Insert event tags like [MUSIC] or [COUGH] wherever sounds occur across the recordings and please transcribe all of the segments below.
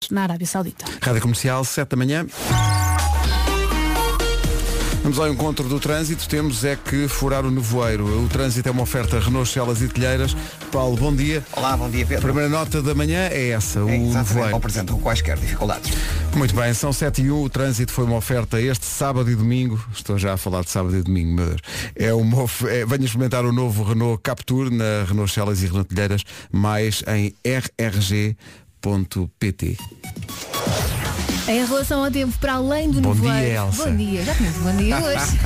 Unidos, na Arábia Saudita. Rádio Comercial, 7 da manhã. Vamos ao encontro do trânsito, temos é que furar o nevoeiro. O trânsito é uma oferta Renault, Celas e Telheiras. Paulo, bom dia. Olá, bom dia Pedro. Primeira nota da manhã é essa, o É, Exatamente, nevoeiro. não apresentam quaisquer dificuldades. Muito bem, são 7 e 1, o trânsito foi uma oferta este sábado e domingo, estou já a falar de sábado e domingo, meu Deus. É uma of... é, venha experimentar o novo Renault Captur na Renault Celas e Renault Telheiras, mais em rrg.pt. Em relação ao tempo, para além do Bom dia, nevoeiro. Elsa. Bom dia, já tinha bom [LAUGHS] dia hoje.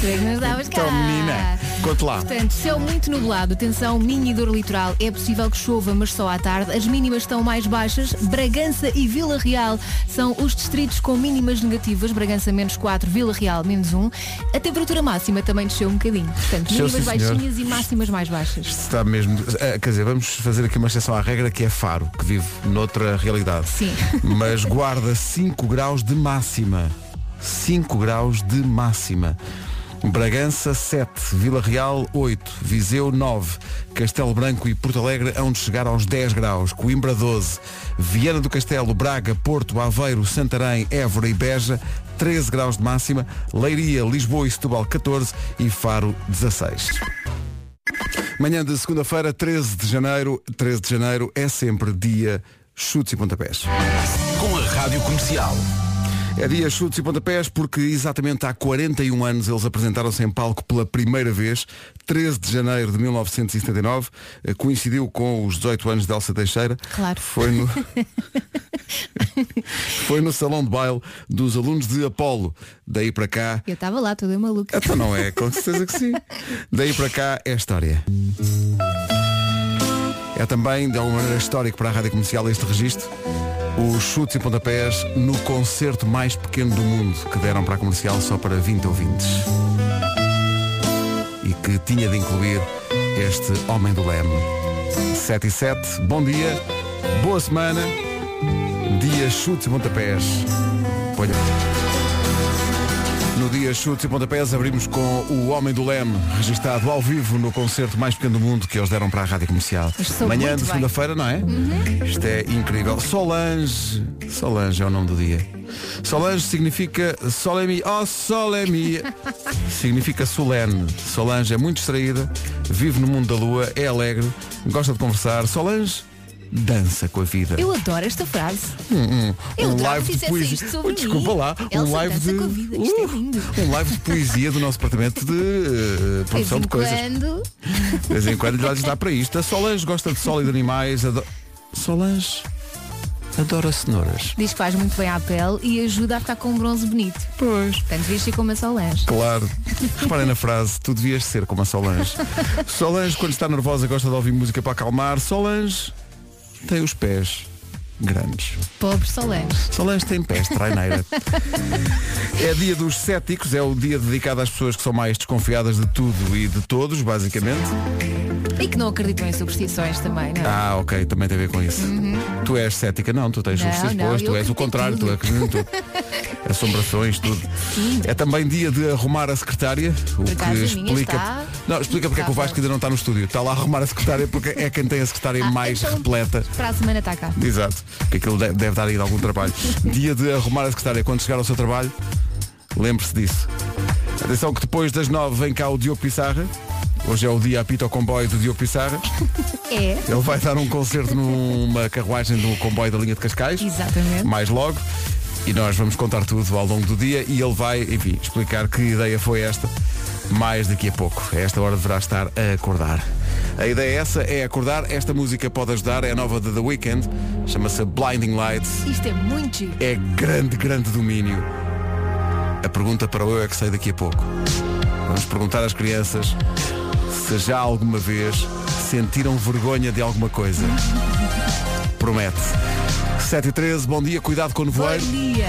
tu é que não estavas cá. é Então, menina, conte lá. Portanto, céu muito nublado, atenção, Minho e dor litoral. É possível que chova, mas só à tarde. As mínimas estão mais baixas. Bragança e Vila Real são os distritos com mínimas negativas. Bragança menos 4, Vila Real menos 1. A temperatura máxima também desceu um bocadinho. Portanto, Desceu, mínimas sim, senhor. baixinhas e máximas mais baixas. Isto Está mesmo. eh, Quer dizer, vamos fazer aqui uma exceção à regra que é Faro, que vive noutra realidade. Sim. [LAUGHS] Mas guarda 5 graus de máxima. 5 graus de máxima. Bragança 7, Vila Real 8, Viseu 9, Castelo Branco e Porto Alegre onde chegar aos 10 graus, Coimbra 12, Viana do Castelo, Braga, Porto, Aveiro, Santarém, Évora e Beja 13 graus de máxima, Leiria, Lisboa e Setúbal 14 e Faro 16. Manhã de segunda-feira, 13 de janeiro. 13 de janeiro é sempre dia chutes e pontapés. Com a Rádio Comercial. É dia chutes e pontapés porque exatamente há 41 anos eles apresentaram-se em palco pela primeira vez, 13 de janeiro de 1979. eh, Coincidiu com os 18 anos de Elsa Teixeira. Claro. Foi no, [LAUGHS] Foi no salão de baile dos alunos de Apolo. Daí para cá. Eu estava lá, toda maluca. Então não é, com certeza que sim. Daí para cá é história. É também, de alguma maneira, histórico para a Rádio Comercial este registro. Os chutes e pontapés no concerto mais pequeno do mundo que deram para a comercial só para 20 ouvintes. E que tinha de incluir este Homem do Leme. 7 e 7, bom dia, boa semana, dia chutes e pontapés. Olha. No dia Chutes e Pontapés abrimos com o Homem do Leme, registado ao vivo no concerto mais pequeno do mundo que eles deram para a Rádio Comercial. Isto soube Manhã muito de bem. segunda-feira, não é? Uhum. Isto é incrível. Solange. Solange é o nome do dia. Solange significa solemi. [LAUGHS] Oh, solemi. significa solene. Solange é muito distraída, vive no mundo da lua, é alegre, gosta de conversar. Solange dança com a vida. Eu adoro esta frase. Eu um adorava que live de dissesse poesia. isto sobre Ui, desculpa mim. lá, um Elsa live dança de com a vida. Isto é Uh, lindo. um live de poesia do nosso departamento de eh, De vez produção em de coisas. quando, De vez em quando já lhes dá para isto. A Solange gosta de sol e de animais. ado- Solange adora cenouras. diz que faz muito bem à pele e ajuda a ficar com um bronze bonito. Pois. Portanto, devias ser como é a Solange. Claro. Reparem na frase, tu devias ser como a Solange. Solange, quando está nervosa, gosta de ouvir música para acalmar. Solange tem os pés grandes. Pobre Solange. Solange tem pés, traineira. é dia dos céticos, é o dia dedicado às pessoas que são mais desconfiadas de tudo e de todos, basicamente. E que não acreditam em superstições também, não é? Ah, ok, também tem a ver com isso. Tu és cética, não, tu tens Uhum. Não, os teus não, pós, eu tu és acredito o em contrário, tu tudo. acreditas [LAUGHS] em tudo. Assombrações, tudo. Sim. É também dia de arrumar a secretária, o acaso, a que minha explica. está- Não, explica porque é que o Vasco ainda não está no estúdio. Está lá a arrumar a secretária porque é quem tem a secretária [LAUGHS] Ah, mais então, repleta. Para a semana está cá. Exato, que aquilo deve, deve dar aí de algum trabalho. Dia de arrumar a secretária quando chegar ao seu trabalho, lembre-se disso. Atenção que depois das nove vem cá o Diogo Pissarra. Hoje é o dia apito ao comboio do Diogo Pissarra. É. Ele vai dar um concerto numa carruagem do comboio da linha de Cascais. Exatamente. Mais logo. E nós vamos contar tudo ao longo do dia e ele vai, enfim, explicar que ideia foi esta mais daqui a pouco. A esta hora deverá estar a acordar. A ideia é essa é acordar. Esta música pode ajudar. É a nova de The Weeknd. Chama-se Blinding Lights. Isto é muito giro. É grande, grande domínio. A pergunta para o eu é que sei daqui a pouco. Vamos perguntar às crianças se já alguma vez sentiram vergonha de alguma coisa. Promete. 7 e 13, bom dia, cuidado com o Bom nevoeiro dia.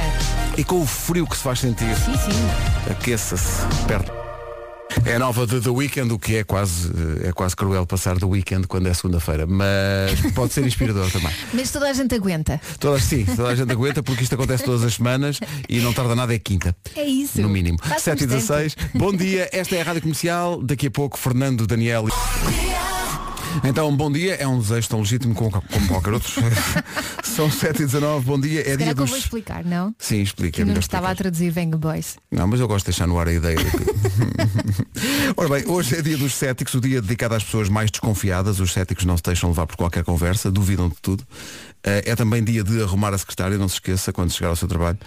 e com o frio que se faz sentir. Sim, sim. Aqueça-se perto. É a nova de The Weekend, o que é quase, eh, é quase cruel passar The Weekend quando é segunda-feira, mas pode ser [LAUGHS] inspirador também. Mas toda a gente aguenta. Todas, sim, toda a gente aguenta porque isto acontece todas as semanas e não tarda nada, é quinta. É isso. No mínimo. Passa 7 e bastante. 16 Bom dia, esta é a Rádio Comercial. Daqui a pouco, Fernando Daniel. Então, bom dia, é um desejo tão legítimo como, como qualquer outro. [LAUGHS] São 7h19, bom dia, é Se dia calhar que eu vou dos. explicar, não? Sim, explica. Que é não melhor estava a explicar. traduzir Venga Boys. Não, mas eu gosto de deixar no ar a ideia. de que- [LAUGHS] Ora bem, hoje é dia dos céticos, o dia dedicado às pessoas mais desconfiadas. Os céticos não se deixam levar por qualquer conversa, duvidam de tudo. Eh, é também dia de arrumar a secretária, não se esqueça, quando chegar ao seu trabalho,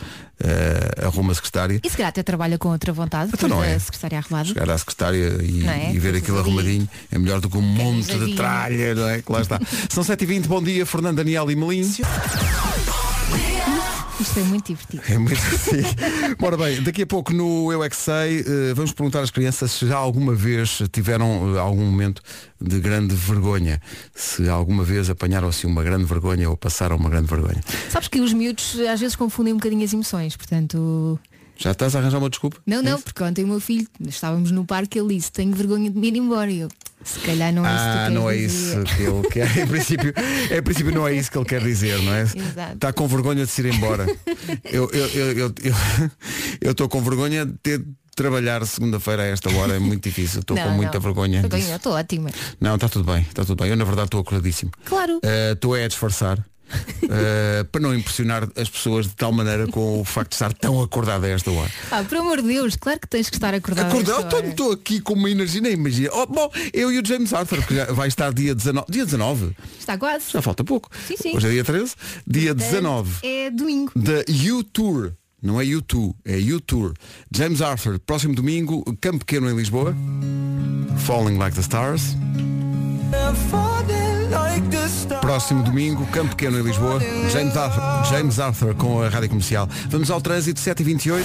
eh, arruma a secretária. E se calhar até trabalha com outra vontade, Então não porque é. a secretária arrumada. Chegar à secretária e, Não é? e ver Tudo aquilo ali. arrumadinho é melhor do que um monte de arrumadinho. tralha, não é? Que lá está. São 7h20, bom dia, Fernando Daniel e Melim. Isto é muito divertido. É muito [LAUGHS] assim. Ora bem, daqui a pouco no Eu É Que Sei, eh, vamos perguntar às crianças se já alguma vez tiveram eh, algum momento de grande vergonha. Se alguma vez apanharam assim uma grande vergonha ou passaram uma grande vergonha. Sabes que os miúdos às vezes confundem um bocadinho as emoções, portanto. Já estás a arranjar uma desculpa? Não, não, porque ontem o meu filho, estávamos no parque, ele disse, tenho vergonha de me ir embora. E eu, se calhar não é isso que tu Ah, queres não é dizer." isso que ele quer. Em princípio, em princípio não é isso que ele quer dizer, não é? Exato. Está com vergonha de se ir embora. Eu estou eu, eu, eu, eu tô com vergonha de ter de trabalhar segunda-feira a esta hora, é muito difícil. Estou Não, com muita não. vergonha. Vergonha, disso. Estou ótima. Não, está tudo bem, está tudo bem. Eu na verdade estou acordadíssimo. Claro. Eh, tu é a disfarçar. [LAUGHS] eh, para não impressionar as pessoas de tal maneira com o facto de estar tão acordado a esta hora. Ah, por amor de Deus, claro que tens que estar acordado. a Acordado, esta hora. estou aqui com uma energia, nem imagina. Oh, bom, eu e o James Arthur, que já vai estar dia 19. Dia 19? Está quase. Já falta pouco. Sim, sim. Hoje é dia 13. Dia 19 É domingo. da U-Tour. Não é U2, é U-Tour. James Arthur, próximo domingo, Campo Pequeno em Lisboa. Falling Like the Stars. Próximo domingo, Campo Pequeno em Lisboa. James Arthur, James Arthur com a Rádio Comercial. Vamos ao trânsito 7h28.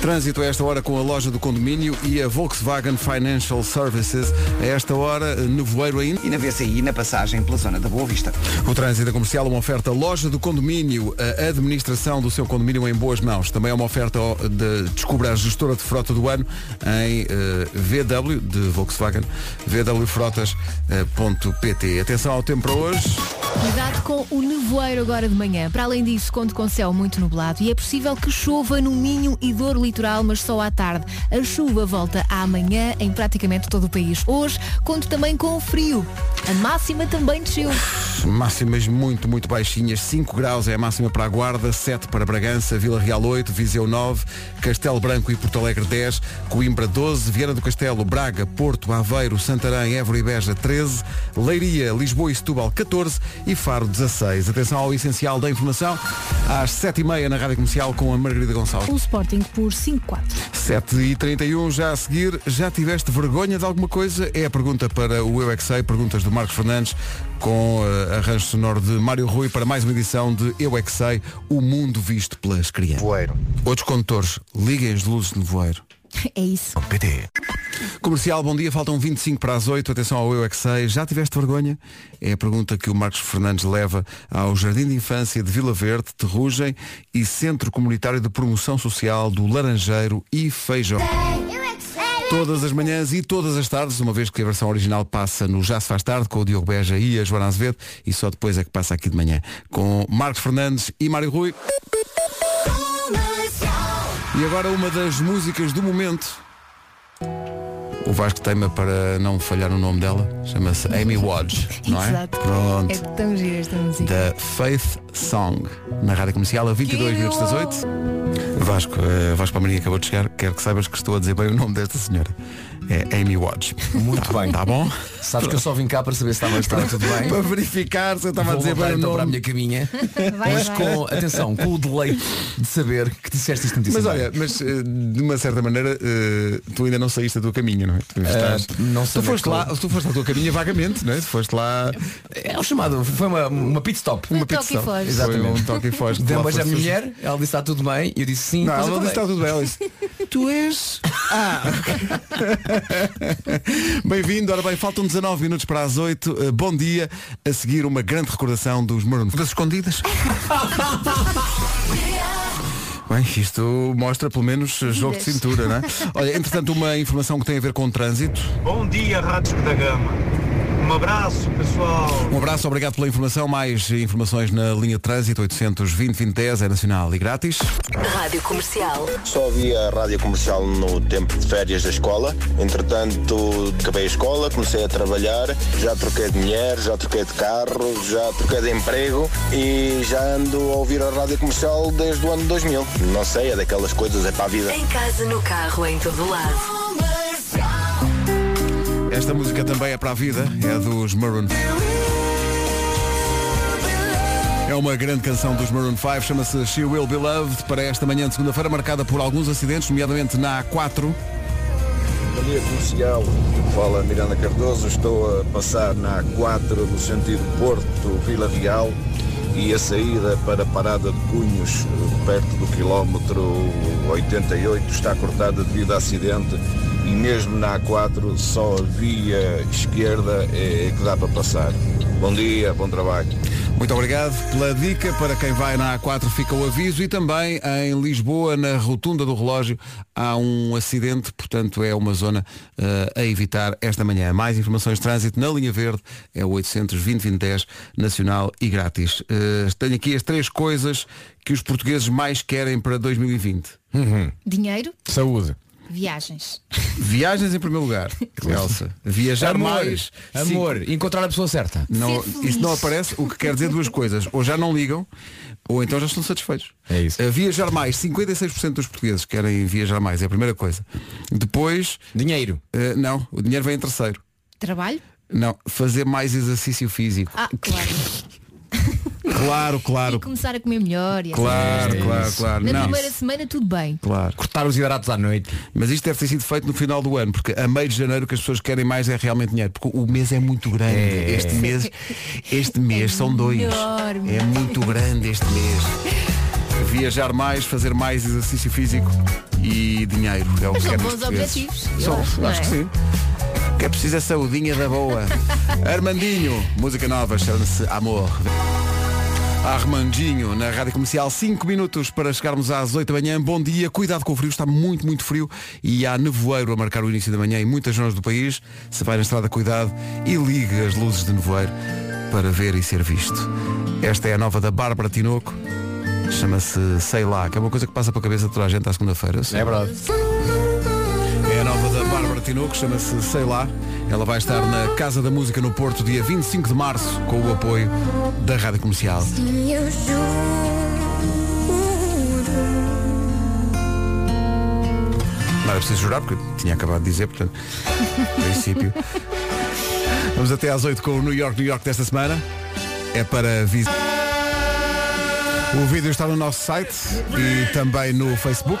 Trânsito a esta hora com a loja do condomínio e a Volkswagen Financial Services. A esta hora, eh, nevoeiro ainda. E na VCI, na passagem pela zona da Boa Vista. O trânsito comercial é uma oferta loja do condomínio, a administração do seu condomínio em boas mãos. Também é uma oferta ó, de descubra a gestora de frota do ano em eh, VW, de Volkswagen, eh, vwfrotas.pt. Atenção ao tempo para hoje. Cuidado com o nevoeiro agora de manhã. Para além disso, conto com céu muito nublado e é possível que chova no Minho e Douro Litoral, mas só à tarde. A chuva volta amanhã em praticamente todo o país. Hoje, conto também com o frio. A máxima também desceu. Máximas muito, muito baixinhas. 5 graus é a máxima para a Guarda, 7 para Bragança, Vila Real 8, Viseu 9, Castelo Branco e Porto Alegre 10, Coimbra 12, Viana do Castelo, Braga, Porto, Aveiro, Santarém, Évora e Beja 13, Leiria, Lisboa e Setúbal 14 e Faro 16. Atenção ao essencial da informação, às 7h30 na Rádio Comercial com a Margarida Gonçalves. O Sporting por 5-4. 7h31 já a seguir, já tiveste vergonha de alguma coisa? É a pergunta para o Eu é Que Sei, perguntas do Marcos Fernandes com eh, arranjo sonoro de Mário Rui para mais uma edição de Eu é Que Sei, o mundo visto pelas crianças. Voeiro. Outros condutores, liguem as luzes no voeiro. É isso. PT. Comercial, bom dia, faltam 25 para as 8, atenção ao Eu é Que Sei. Já tiveste vergonha? É a pergunta que o Marcos Fernandes leva ao Jardim de Infância de Vila Verde, Terrugem e Centro Comunitário de Promoção Social do Laranjeiro e Feijó. Todas as manhãs e todas as tardes, uma vez que a versão original passa no Já se faz tarde com o Diogo Beja e a Joana Azevedo e só depois é que passa aqui de manhã com Marcos Fernandes e Mário Rui. E agora uma das músicas do momento. O Vasco teima para não falhar o nome dela, chama-se Amy Watts, não é? Exato. É Pronto. tão gira esta música. Da Faith Song, na rádio comercial, a 22 minutos das 8. Vasco, eh, Vasco Palmeirinho acabou de chegar, quero que saibas que estou a dizer bem o nome desta senhora. É Amy Watts. Muito bem. Tá bom? [LAUGHS] Sabes que eu só vim cá para saber se estava a estar tudo bem. Para verificar se eu estava a Vou dizer voltar bem o então para a nome. minha caminha. Vai, Mas vai. com, atenção, com o deleite de saber que disseste isto notícia. Mas olha, mas eh, de uma certa maneira eh, tu ainda não saíste da tua caminha, não é? Eh, Tu, estás- não sei onde é tu foste que lá, tu foste à tua caminha vagamente, não é? Tu foste lá É o chamado, foi uma, uma pit stop. Foi um uma toque e pizza. foge. Exatamente. Um toque e foge. Dei Lá um beijo à foste- minha mulher, ela disse está tudo bem, e eu disse sim. Não, mas ela eu disse está acordei. tudo bem. Ela disse, tu és. [LAUGHS] Ah. Bem-vindo, ora bem, faltam 19 minutos para as 8. Eh, bom dia. A seguir uma grande recordação dos Maroon. Das escondidas. [LAUGHS] Bem, isto mostra pelo menos eh, jogo de cintura, não é? Olha, entretanto, uma informação que tem a ver com o trânsito. Bom dia, Ratos da Gama. Um abraço, pessoal. Um abraço, obrigado pela informação. Mais informações na linha de trânsito 800-2020-10 é nacional e grátis. Rádio Comercial. Só ouvia a rádio comercial no tempo de férias da escola. Entretanto, acabei a escola, comecei a trabalhar, já troquei de mulher, já troquei de carro, já troquei de emprego e já ando a ouvir a rádio comercial desde o ano 2000. Não sei, é daquelas coisas, é para a vida. Em casa, no carro, em todo lado. Esta música também é para a vida, é dos Maroon. É uma grande canção dos Maroon 5, chama-se She Will Be Loved, para esta manhã de segunda-feira, marcada por alguns acidentes, nomeadamente na A4. Bom dia comercial, fala Miranda Cardoso, estou a passar na A4 no sentido Porto Vila Real e a saída para a parada de Cunhos, perto do quilómetro 88, está cortada devido a acidente e mesmo na A4 só a via esquerda é que dá para passar. Bom dia, bom trabalho. Muito obrigado pela dica. Para quem vai na A4 fica o aviso. E também em Lisboa, na rotunda do relógio, há um acidente, portanto é uma zona eh, a evitar esta manhã. Mais informações de trânsito na linha verde é o 800-2010, nacional e grátis. Eh, tenho aqui as três coisas que os portugueses mais querem para 2020. Dinheiro, Saúde. viagens. Viagens em primeiro lugar, Elsa. Viajar Amor. mais. Sim. Amor. Encontrar a pessoa certa. Não, Ser feliz. isso não aparece, o que quer dizer duas coisas. Ou já não ligam, ou então já estão satisfeitos. É isso. Uh, viajar mais. 56% dos portugueses querem viajar mais, é a primeira coisa. Depois, Dinheiro. uh, não, o dinheiro vem em terceiro. Trabalho? Não, fazer mais exercício físico. Ah, claro. Claro, E claro. começar a comer melhor. E assim. Claro, É claro, isso. claro. Na Não. primeira semana tudo bem. Claro. Cortar os hidratos à noite. Mas isto deve ter sido feito no final do ano, porque a meio de janeiro o que as pessoas querem mais é realmente dinheiro, porque o mês é muito grande. Este mês, este mês são dois. enorme. É muito grande este mês. Viajar mais, fazer mais exercício físico e dinheiro. É o Mas que são querem bons os portugueses. objetivos. eu São, acho, acho, não é? que sim. O Que é preciso é saudinha [LAUGHS] da boa. Armandinho, música nova, chama-se Amor. Armandinho, na Rádio Comercial, 5 minutos para chegarmos às 8 da manhã. Bom dia, cuidado com o frio, está muito, muito frio e há nevoeiro a marcar o início da manhã em muitas zonas do país. Se vai na estrada, cuidado e ligue as luzes de nevoeiro para ver e ser visto. Esta é a nova da Bárbara Tinoco, chama-se Sei Lá, que é uma coisa que passa pela cabeça de toda a gente à segunda-feira. eu sei. verdade. É a nova da Bárbara Tinoco, chama-se Sei Lá. Ela vai estar na Casa da Música no Porto, dia 25 de março, com o apoio da Rádio Comercial. Não era preciso jurar, porque tinha acabado de dizer, portanto, em princípio. Vamos até às 8 com o New York, New York desta semana. É para vis- O vídeo está no nosso site e também no Facebook.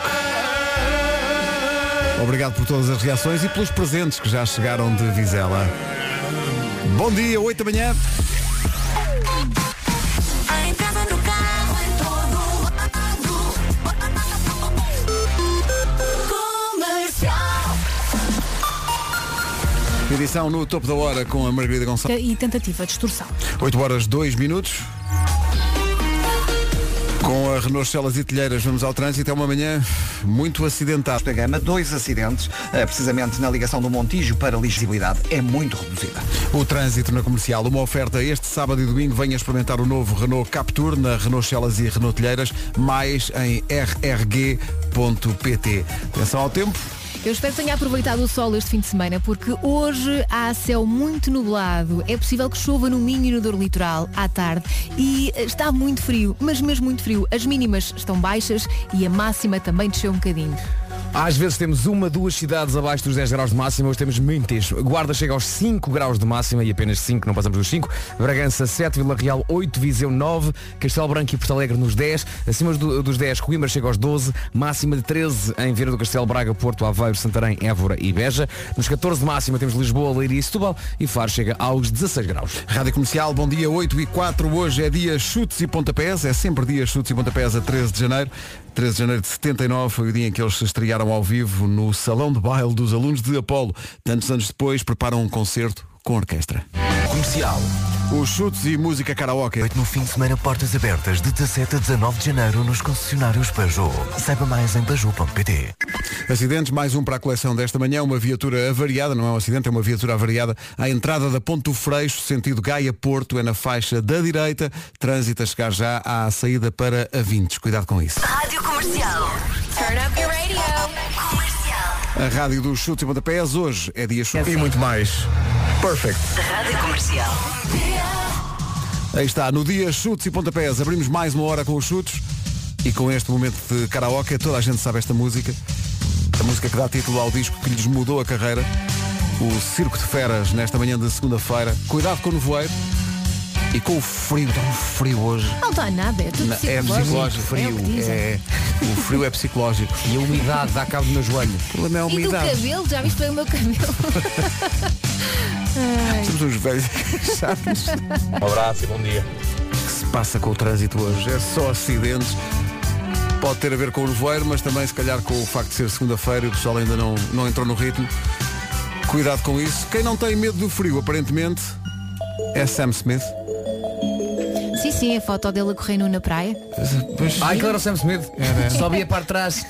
Obrigado por todas as reações e pelos presentes que já chegaram de Vizela. Bom dia, 8 da manhã. Em casa, no carro, em todo lado. Comercial. Edição no topo da hora com a Margarida Gonçalves. E tentativa de extorsão. 8 horas 2 minutos. Com a Renault Celas e Telheiras vamos ao trânsito. É uma manhã muito acidentada. Da gama, dois acidentes, eh, precisamente na ligação do Montijo para Lisibilidade, é muito reduzida. O trânsito na comercial, uma oferta este sábado e domingo. Venha experimentar o novo Renault Captur na Renault Celas e Renault Telheiras, mais em rrg.pt. Atenção ao tempo. Eu espero que tenha aproveitado o sol este fim de semana, porque hoje há céu muito nublado. É possível que chova no Minho e no Douro Litoral à tarde. E eh, está muito frio, mas mesmo muito frio. As mínimas estão baixas e a máxima também desceu um bocadinho. Às vezes temos uma, duas cidades abaixo dos 10 graus de máxima, hoje temos muitas. Guarda chega aos 5 graus de máxima e apenas 5, não passamos dos 5. Bragança 7, Vila Real 8, Viseu 9, Castelo Branco e Porto Alegre nos 10, acima do- dos 10 Coimbra chega aos 12, máxima de 13 em Vieira do Castelo, Braga, Porto, Aveiro, Santarém, Évora e Beja. Nos 14 de máxima temos Lisboa, Leiria e Setúbal e Faro chega aos 16 graus. Rádio Comercial, bom dia 8 e 4. Hoje é dia chutes e pontapés, é sempre dia chutes e pontapés a 13 de janeiro. 13 de janeiro de 79 foi o dia em que eles se estrearam ao vivo no Salão de Baile dos Alunos de Apolo. Tantos anos depois preparam um concerto com orquestra. Comercial. Os chutes e música karaoke. No fim de semana, portas abertas de 17 a 19 de janeiro nos concessionários Peugeot. Saiba mais em peugeot.pt. Acidentes, mais um para a coleção desta manhã, uma viatura avariada, não é um acidente, é uma viatura avariada, à entrada da Ponte do Freixo, sentido Gaia-Porto, é na faixa da direita, trânsito a chegar já à saída para Avintes. Cuidado com isso. Rádio Comercial. Turn up your radio. Comercial. A rádio dos chutes e pontapés hoje é dia chuva. E muito mais. Perfect. Rádio Comercial. Aí está, no dia chutes e pontapés, abrimos mais uma hora com os chutes e com este momento de karaoke, toda a gente sabe esta música, a música que dá título ao disco que lhes mudou a carreira, o Circo de Feras, nesta manhã de segunda-feira. Cuidado com o nevoeiro e com o frio, está um frio hoje. Não dá nada, é tudo Na- É psicológico, psicológico. É o que frio. dizem. É, o frio é psicológico. E a umidade dá cabo no joelho. O problema é a E do umidade. cabelo, já viste bem o meu cabelo? [LAUGHS] Ai. Somos uns velhos [LAUGHS] queixados. Um abraço e bom dia. que se passa com o trânsito hoje. É só acidentes. Pode ter a ver com o nevoeiro, mas também se calhar com o facto de ser segunda-feira e o pessoal ainda não, não entrou no ritmo. Cuidado com isso. Quem não tem medo do frio, aparentemente, é Sam Smith. Sim, sim, a foto dele a correr nu na praia. Ai, claro, Sam Smith. Só via para trás.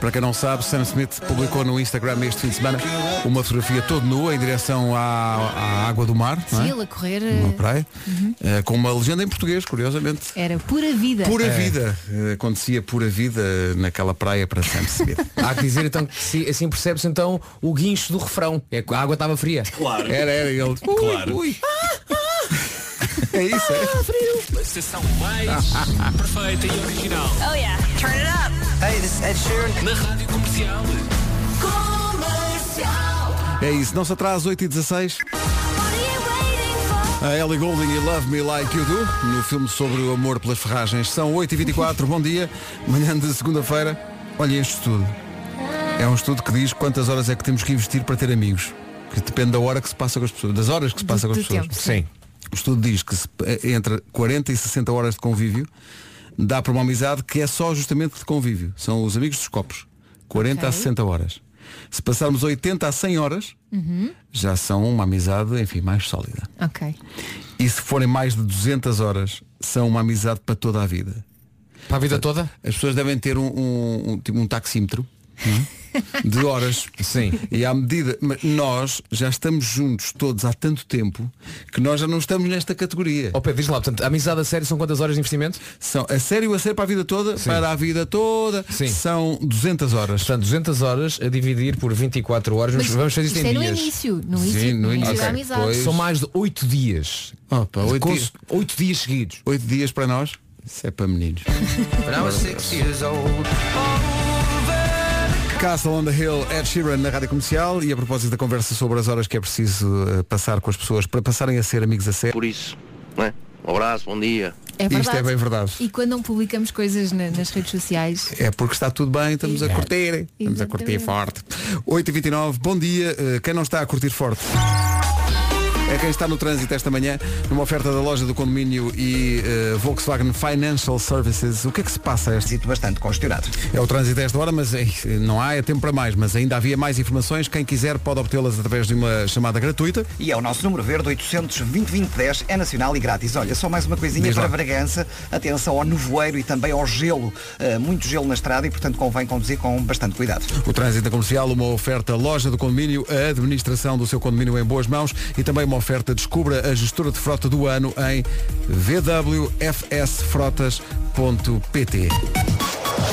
Para quem não sabe, Sam Smith publicou no Instagram este fim de semana uma fotografia toda nua em direção à, à água do mar, não Sim, é? ele a correr Uma eh, praia, eh, com uma legenda em português, curiosamente. era pura vida. Pura vida. Eh, Acontecia pura vida naquela praia para Sam Smith. Há que dizer então que se- assim percebe-se então o guincho do refrão. É que a água estava fria. Claro. Era, era ele. Claro. Ui, ui. É isso, é? A estação mais perfeita e original. Oh yeah. Turn it up. Na Rádio Comercial. Comercial. É isso. Não se atrasa, 8 e 16 What are you waiting for? A Ellie Goulding e Love Me Like You Do, no filme sobre o amor pelas ferragens. São 8 e 24 bom dia. Manhã de segunda-feira. Olha este estudo. É um estudo que diz quantas horas é que temos que investir para ter amigos. Que depende da hora que se passa com as pessoas, das horas que se passa Do- com as do pessoas. tempo, Sim. O estudo diz que se- eh, entre 40 e 60 horas de convívio dá para uma amizade que é só justamente de convívio. São os amigos dos copos. 40 a Ok. 60 horas. Se passarmos 80 a 100 horas, Uhum. já são uma amizade, enfim, mais sólida. Ok. E se forem mais de 200 horas, são uma amizade para toda a vida. Para a vida toda? As pessoas devem ter um, um, um- tipo um taxímetro não é? de horas. Sim. E à medida, mas nós já estamos juntos todos há tanto tempo que nós já não estamos nesta categoria. Ó Pedro, diz lá, portanto, a amizade a sério são quantas horas de investimento? São, a sério, a sério para a vida toda, para a vida toda, Sim. são 200 horas. Portanto, 200 horas a dividir por 24 horas, mas, vamos fazer isto é em no dias. início, no Sim, início, no no início início. da Ok, amizade. pois. São mais de 8 dias. Opa, oito Com- dias- oito dias seguidos. 8 dias para nós, isso é para meninos. Castle on the Hill, Ed Sheeran na Rádio Comercial e a propósito da conversa sobre as horas que é preciso eh, passar com as pessoas para passarem a ser amigos a sério. Por isso, né? Um abraço, bom dia. É Isto verdade. é bem verdade. E quando não publicamos coisas na- nas redes sociais, É porque está tudo bem, estamos a curtir. Estamos a curtir Exatamente. forte. 8h29, bom dia. eh, Quem não está a curtir forte? É quem está no trânsito esta manhã, numa oferta da loja do condomínio e eh, Volkswagen Financial Services. O que é que se passa a esta? Trânsito bastante congestionado. É o trânsito a esta hora, mas ei, não há é tempo para mais. Mas ainda havia mais informações. Quem quiser pode obtê-las através de uma chamada gratuita. E é o nosso número verde, 800 2010 é nacional e grátis. Olha, só mais uma coisinha Diz lá. para Bragança. Atenção ao nevoeiro e também ao gelo. Eh, muito gelo na estrada e, portanto, convém conduzir com bastante cuidado. O trânsito comercial, uma oferta loja do condomínio, a administração do seu condomínio em boas mãos e também uma oferta descubra a gestora de frota do ano em vwfsfrotas.pt.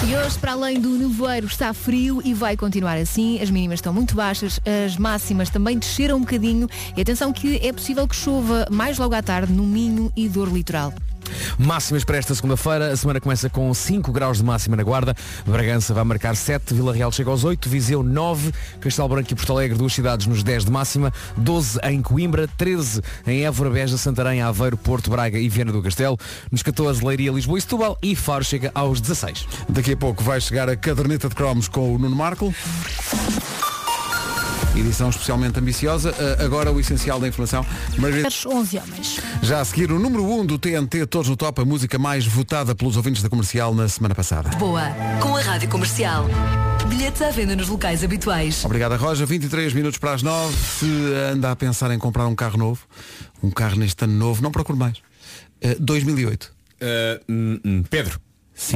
E hoje, para além do nevoeiro, está frio e vai continuar assim. As mínimas estão muito baixas, as máximas também desceram um bocadinho. E atenção que é possível que chova mais logo à tarde no Minho e Dor Litoral. Máximas para esta segunda-feira. A semana começa com 5 graus de máxima na guarda. Bragança vai marcar 7, Vila Real chega aos 8, Viseu 9, Castelo Branco e Porto Alegre, duas cidades nos 10 de máxima, 12 em Coimbra, 13 em Évora, Beja, Santarém, Aveiro, Porto, Braga e Viana do Castelo, nos 14 Leiria, Lisboa e Setúbal e Faro chega aos 16. Daqui a pouco vai chegar a caderneta de cromos com o Nuno Marco. Edição especialmente ambiciosa. Ah, Agora o essencial da informação. Margarida. 11 homens. Já a seguir o número 1 um do TNT, todos no top, a música mais votada pelos ouvintes da comercial na semana passada. Boa. Com a Rádio Comercial. Bilhetes à venda nos locais habituais. Obrigado, Roja. 23 minutos para as 9. Se anda a pensar em comprar um carro novo, Ah, um carro neste ano novo, não procure mais. Eh, 2008. Pedro. hum,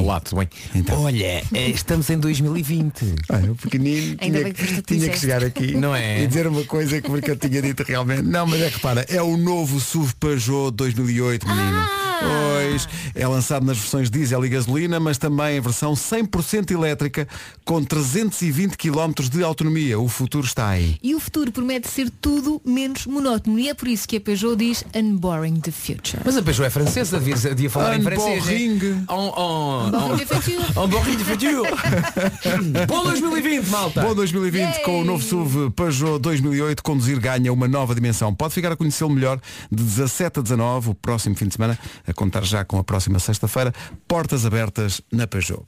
Olá, tudo bem? Olha, eh, estamos em 2020. Olha, o Ah, pequenino Ainda tinha, bem que foste tu tinha que disseste. chegar aqui Não é? e dizer uma coisa que porque eu tinha dito realmente. Não, mas é repara, é o novo SUV Peugeot 2008, Ah! menino. Pois, é lançado nas versões diesel e gasolina, mas também em versão 100% elétrica, com 320 km de autonomia. O futuro está aí. E o futuro promete ser tudo menos monótono. E é por isso que a Peugeot diz Unboring the Future. Mas a Peugeot é francesa, devia, devia falar em francês. né? Unboring. Oh. Unboring the Future. Unboring [LAUGHS] the Future. Bom 2020, malta. Bom 2020 com o novo SUV Peugeot 2008 conduzir ganha uma nova dimensão. Pode ficar a conhecê-lo melhor de 17 a 19 o próximo fim de semana, a contar já com a próxima sexta-feira, portas abertas na Peugeot.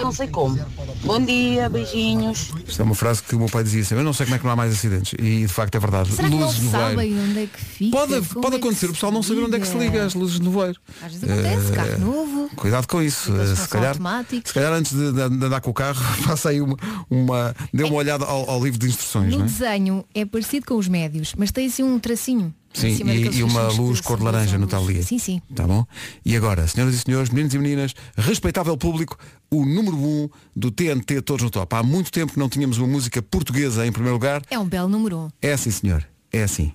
Não sei como. Bom dia, beijinhos. Isto é uma frase que o meu pai dizia sempre, eu não sei como é que não há mais acidentes. E de facto é verdade. Será que não Luzes no sabem voeiro. onde é que fica? Pode, Como pode é que acontecer, o pessoal não saber onde é que se liga as luzes no voeiro. Às vezes acontece, Eh, carro novo. Cuidado com isso. Aqueles eh, que Se são calhar, automáticos. se calhar antes de, de andar com o carro, [LAUGHS] faça aí uma. uma dê É uma olhada ao, ao livro de instruções, No não é? desenho é parecido com os médios, mas tem assim um tracinho. em Sim, cima daqueles e, e uma tracinhos que luz cor de simbolizam laranja a no luz. tal dia. Sim, sim. Tá bom? E agora, senhoras e senhores, meninos e meninas, respeitável público, o número um do TNT Todos no Top. Há muito tempo que não tínhamos uma música portuguesa em primeiro lugar. É um belo número um. É assim, senhor. É assim.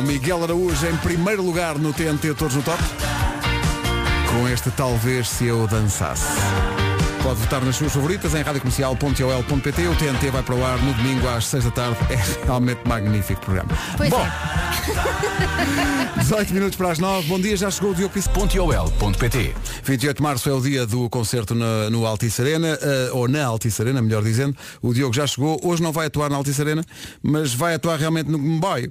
O Miguel Araújo em primeiro lugar no TNT Todos no Top. Com este Talvez Se Eu Dançasse. Pode votar nas suas favoritas em radiocomercial.ol.pt. O TNT vai para o ar no domingo às 6 da tarde. É realmente magnífico programa. Pois Bom, é. 18 minutos para as 9. Bom dia, já chegou o Diogo Pissarro. 28 de março é o dia do concerto na- no Altice Arena, eh, ou na Altice Arena, melhor dizendo. O Diogo já chegou. Hoje não vai atuar na Altice Arena, mas vai atuar realmente no comboio.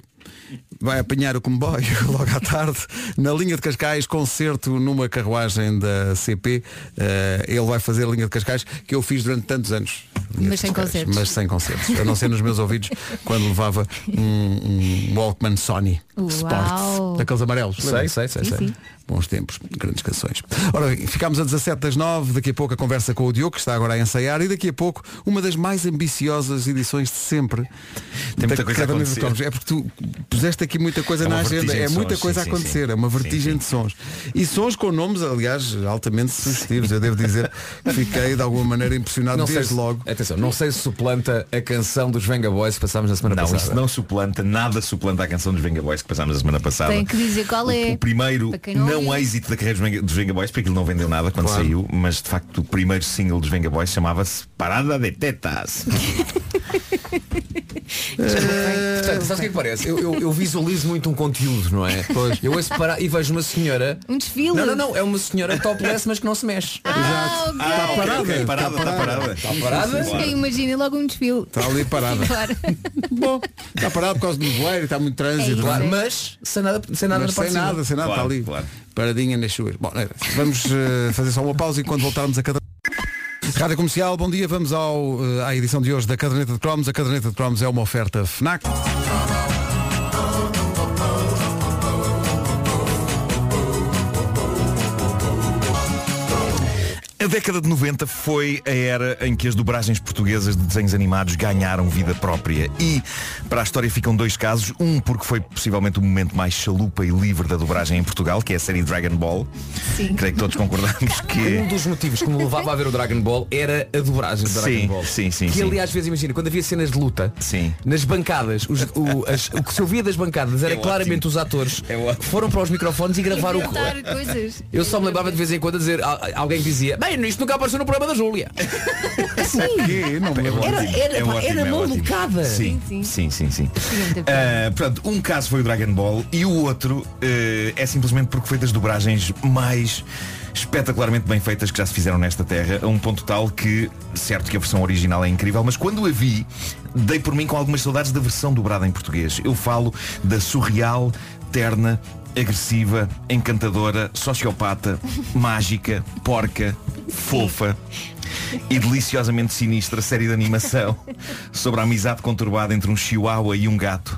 Vai apanhar o comboio [LAUGHS] logo à tarde na linha de Cascais, concerto numa carruagem da CP. Eh, ele vai fazer a linha de Cascais que eu fiz durante tantos anos. Linha Mas de sem Cascais, concertos. Mas sem concertos. A não ser nos meus ouvidos quando levava um, um Walkman Sony Uau. Sports, daqueles amarelos. Sei, sei, sei, Sim, sei. sim. Bons tempos, grandes canções. Ora, bem, ficámos a 17 das 9, daqui a pouco a conversa com o Diogo, que está agora a ensaiar, e daqui a pouco uma das mais ambiciosas edições de sempre. Tem muita da coisa a Caderneta de acontecer. Cromos. É porque tu puseste aqui muita coisa É uma na agenda, vertigem é de muita sons, coisa sim, a sim, acontecer, sim. é uma vertigem de sons. E sons com nomes, aliás, altamente sugestivos. Eu devo dizer que fiquei de alguma maneira impressionado Não sei desde se- logo. Atenção, não sei se suplanta a canção dos Venga Boys que passámos na semana Não, passada. isso não suplanta, nada suplanta a canção dos Venga Boys que passámos a semana passada. Tem que dizer qual é. O primeiro Para quem não não, ouviu. êxito da carreira dos Venga- dos Venga Boys, porque aquilo não vendeu nada quando Claro. saiu, mas de facto o primeiro single dos Venga Boys chamava-se Parada de Tetas. eh, Portanto, sabes o que é que parece? Eu, eu- eu visualizo muito um conteúdo, não é? Pois. Eu ouço parar e vejo uma senhora. Um desfile. Não, não, não, é uma senhora topless, mas que não se mexe. Ah, ok. Ah, ok, ok, parada, está parada. Está parada? Eu imagino logo um desfile. Está Tá ali parada. [LAUGHS] Claro. Bom, está parado por causa do voeiro, está muito trânsito. isso, não é? é. Mas sem nada, sem nada Mas na parte sem de cima. nada, sem nada, Claro, está ali. claro. Paradinha nas suas. Bom, não é isso. vamos eh, fazer só uma pausa e quando voltarmos a cada. Rádio Comercial, bom dia, vamos ao, eh, à edição de hoje da Caderneta de Cromos. A Caderneta de Cromos é uma oferta FNAC. A década de 90 foi a era em que as dobragens portuguesas de desenhos animados ganharam vida própria. E para a história ficam dois casos. Um, porque foi possivelmente o momento mais chalupa e livre da dobragem em Portugal, que é a série Dragon Ball. Sim. Creio que todos [LAUGHS] concordamos que. Um dos motivos que me levava a ver o Dragon Ball era a dobragem do Dragon Sim, Ball. sim, sim, Que sim. ali às vezes, imagina, quando havia cenas de luta, Sim. nas bancadas, os- o, as- o que se ouvia das bancadas É era ótimo. claramente os atores É ótimo. foram para os microfones e gravaram o. Inventar coisas. Eu só me lembrava de vez em quando a dizer, al- alguém dizia, bem, isto nunca apareceu no programa da Júlia. Que? É Não me lembro. Era- é era- pá, era malucada. Sim, Sim, sim, sim, sim. sim. sim. Sim, Ah, pronto, um caso foi o Dragon Ball e o outro eh, é simplesmente porque foi das dobragens mais espetacularmente bem feitas que já se fizeram nesta terra, a um ponto tal que, certo que a versão original é incrível, mas quando a vi, dei por mim com algumas saudades da versão dobrada em português. Eu falo da surreal, terna, agressiva, encantadora, sociopata, mágica, porca, fofa e deliciosamente sinistra série de animação sobre a amizade conturbada entre um chihuahua e um gato.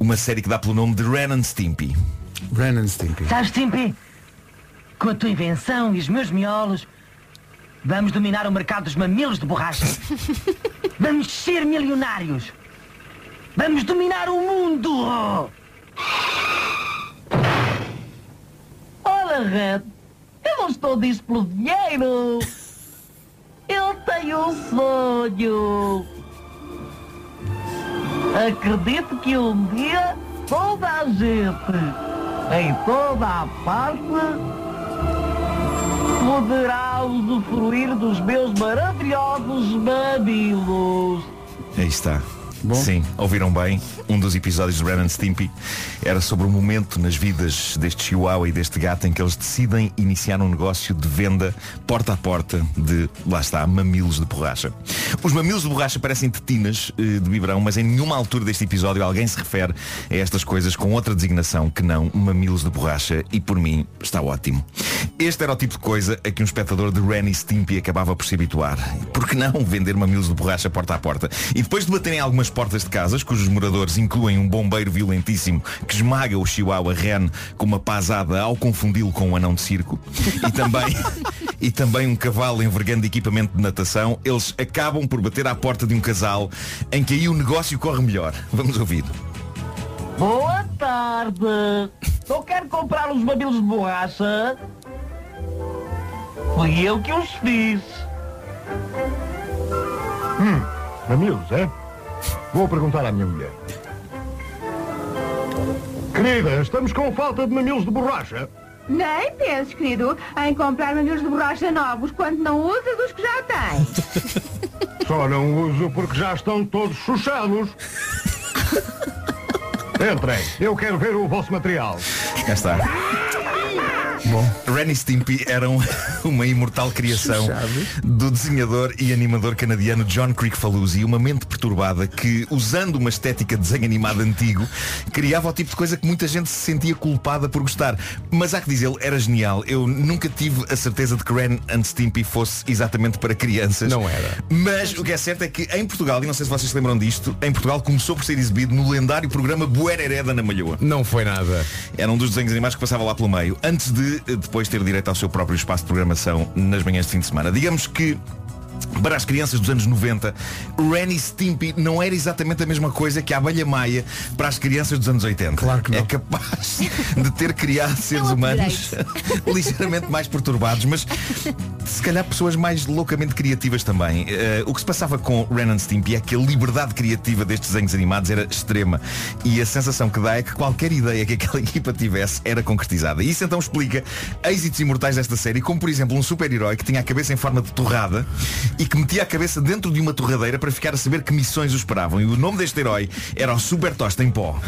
Uma série que dá pelo nome de Ren and Stimpy. Ren and Stimpy. Estás, Timpi? Com a tua invenção e os meus miolos, vamos dominar o mercado dos mamilos de borracha. vamos ser milionários. Vamos dominar o mundo! Barreto, eu não estou disso pelo dinheiro. Eu tenho um sonho. Acredito que um dia toda a gente, em toda a parte, poderá usufruir dos meus maravilhosos mamilos. Aí está. Sim, ouviram bem? Um dos episódios de Ren and Stimpy era sobre o momento nas vidas deste chihuahua e deste gato em que eles decidem iniciar um negócio de venda porta a porta de, lá está, mamilos de borracha. Os mamilos de borracha parecem tetinas eh, de biberão, mas em nenhuma altura deste episódio alguém se refere a estas coisas com outra designação que não mamilos de borracha e por mim está ótimo. Este era o tipo de coisa a que um espectador de Ren e Stimpy acabava por se habituar. Por que não vender mamilos de borracha porta a porta? E depois de baterem algumas portas de casas, cujos moradores incluem um bombeiro violentíssimo que esmaga o chihuahua Ren com uma pasada ao confundi-lo com um anão de circo, e também, e também um cavalo envergando equipamento de natação, eles acabam por bater à porta de um casal em que aí o negócio corre melhor. Vamos ouvir. Boa tarde! Eu quero comprar uns mamilos de borracha. Fui eu que os fiz. Hum, mamilos, é? Vou perguntar à minha mulher. Querida, estamos com falta de mamilos de borracha. Nem penses, querido, em comprar mamilos de borracha novos quando não usas os que já tens. [LAUGHS] Só não uso porque já estão todos [LAUGHS] chuchados. Entrem, eu quero ver o vosso material. Cá está. Bom. Ren e Stimpy eram [LAUGHS] uma imortal criação do desenhador e animador canadiano John Crickfalusi, uma mente perturbada que, usando uma estética de desenho animado antigo, criava o tipo de coisa que muita gente se sentia culpada por gostar. Mas há que dizê-lo, era genial. Eu nunca tive a certeza de que Ren and Stimpy fosse exatamente para crianças. Não era. Mas o que é certo é que em Portugal, e não sei se vocês se lembram disto, em Portugal começou por ser exibido no lendário programa Buereré da Namalhoa. Não foi nada. Era um dos desenhos animais que passava lá pelo meio, antes de eh, depois ter direito ao seu próprio espaço de programação nas manhãs de fim de semana. Digamos que para as crianças dos anos 90, Ren e Stimpy não era exatamente a mesma coisa que a abelha maia para as crianças dos anos 80. Claro que não. É capaz [LAUGHS] de ter criado seres humanos [LAUGHS] ligeiramente mais perturbados, mas se calhar pessoas mais loucamente criativas também. Eh, o que se passava com Ren and Stimpy é que a liberdade criativa destes desenhos animados era extrema e a sensação que dá é que qualquer ideia que aquela [LAUGHS] equipa tivesse era concretizada. E isso então explica êxitos imortais desta série, como por exemplo um super-herói que tinha a cabeça em forma de torrada e que metia a cabeça dentro de uma torradeira para ficar a saber que missões o esperavam. E o nome deste herói era o Super Tosta em Pó.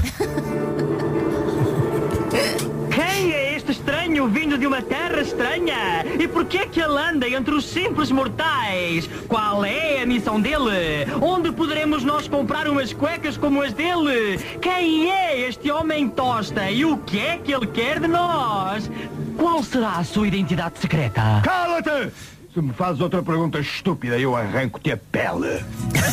Quem é este estranho vindo de uma terra estranha? E por que é que ele anda entre os simples mortais? Qual é a missão dele? Onde poderemos nós comprar umas cuecas como as dele? Quem é este homem tosta e o que é que ele quer de nós? Qual será a sua identidade secreta? Cala-te! Se me fazes outra pergunta estúpida, eu arranco-te a pele.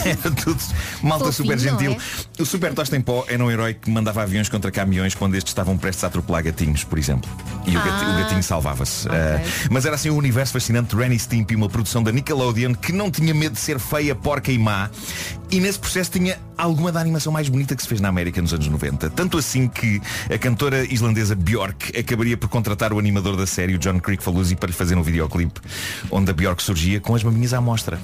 Era [LAUGHS] tudo malta super gentil. O Super Tosta em Pó era um herói que mandava aviões contra caminhões quando estes estavam prestes a atropelar gatinhos, por exemplo. E o, gati- Ah. o gatinho salvava-se. Ah, mas era assim um universo fascinante de Ren e Stimpy, uma produção da Nickelodeon que não tinha medo de ser feia, porca e má. E nesse processo tinha alguma da animação mais bonita que se fez na América nos anos 90. Tanto assim que a cantora islandesa Björk acabaria por contratar o animador da série, o John Crickfalusi, para lhe fazer um videoclipe onde a Björk surgia com as maminhas à mostra.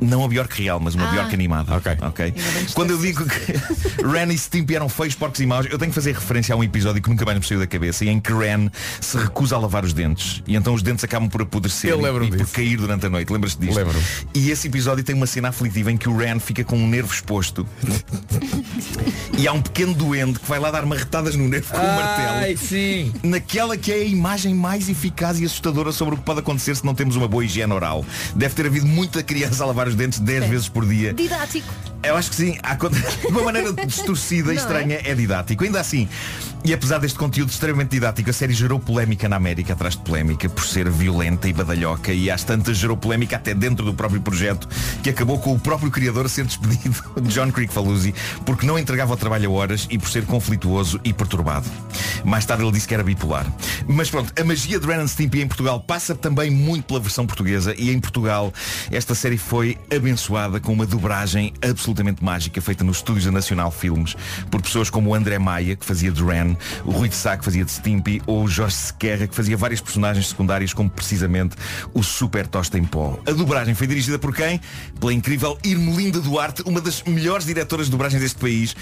Não a Bjork real, mas uma Ah. Bjork animada. Ok. Quando eu digo que [LAUGHS] Ren e Stimpy eram feios, porcos e maus, eu tenho que fazer referência a um episódio que nunca mais me saiu da cabeça e em que Ren se recusa a lavar os dentes e então os dentes acabam por apodrecer Eu e- lembro-me e por cair durante a noite. Lembras-te disto? Lembro-me. E esse episódio tem uma cena aflitiva em que o Ren fica com um nervo [LAUGHS] exposto e há um pequeno duende que vai lá dar marretadas no nervo com um martelo. Naquela que é a imagem mais eficaz e assustadora sobre o que pode acontecer se não temos uma boa higiene oral. Deve ter havido muita criança a lavar os dentes 10 vezes por dia. Didático. Eu acho que sim, Há con- [LAUGHS] de uma maneira distorcida e Não é? estranha é didático. Ainda assim, e apesar deste conteúdo extremamente didático, a série gerou polémica na América atrás de polémica por ser violenta e badalhoca e às tantas gerou polémica até dentro do próprio projeto que acabou com o próprio criador a ser despedido, [LAUGHS] John Crickfalusi, porque não entregava o trabalho a horas e por ser conflituoso e perturbado. Mais tarde ele disse que era bipolar. Mas pronto, a magia de Ren and Stimpy em Portugal passa também muito pela versão portuguesa e em Portugal esta série foi abençoada com uma dobragem absolutamente mágica feita nos estúdios da Nacional Filmes por pessoas como o André Maia, que fazia de Ren, Stone, o Rui de Sá que fazia de Stimpy ou o Jorge Sequerra que fazia várias personagens secundárias como precisamente o Super Tosta em Pó. A dublagem foi dirigida por quem? Pela incrível Irmelinda Duarte, uma das melhores diretoras de dublagens deste país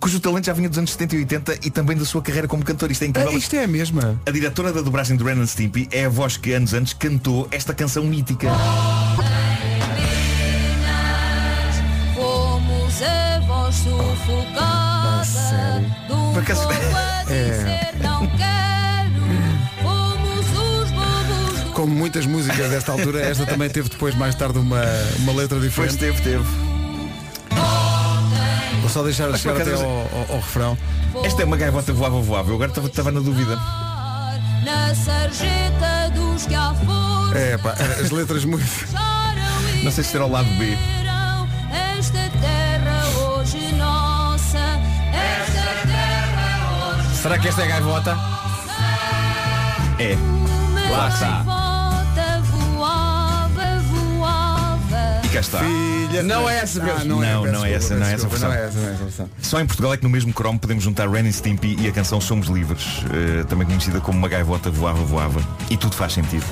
cujo talento já vinha dos anos 70 e 80 e também da sua carreira como cantor. Isto é incrível. isto é a mesma. A diretora da dobragem de Ren and Stimpy é a voz que anos antes cantou esta canção mítica. Fomos a voz Ah, sufocada do Por acaso- povo a [LAUGHS] É. dizer não quero Fomos os bobos do Como muitas músicas desta altura, esta também teve depois, mais tarde, uma, uma letra diferente. Pois teve, teve. Vou só deixar Mas por chegar até acaso- ao, ao- ao refrão. Esta é uma gaivota voava voava. Eu agora estava- estava na dúvida. Na sarjeta dos que à força É, pá, as letras muito. Ah. Não sei se era o lado B. Esta terra hoje é nossa Esta terra hoje Será que esta é a gaivota? É. Lá está. Volta, voava, voava. E cá está. Não é essa Ah, mesmo. não, não, é essa, não é essa a desculpa, versão. não é essa, não é essa a versão. Só em Portugal é que no mesmo cromo podemos juntar Ren and Stimpy e a canção Somos Livres, eh, também conhecida como uma gaivota voava voava. E tudo faz sentido.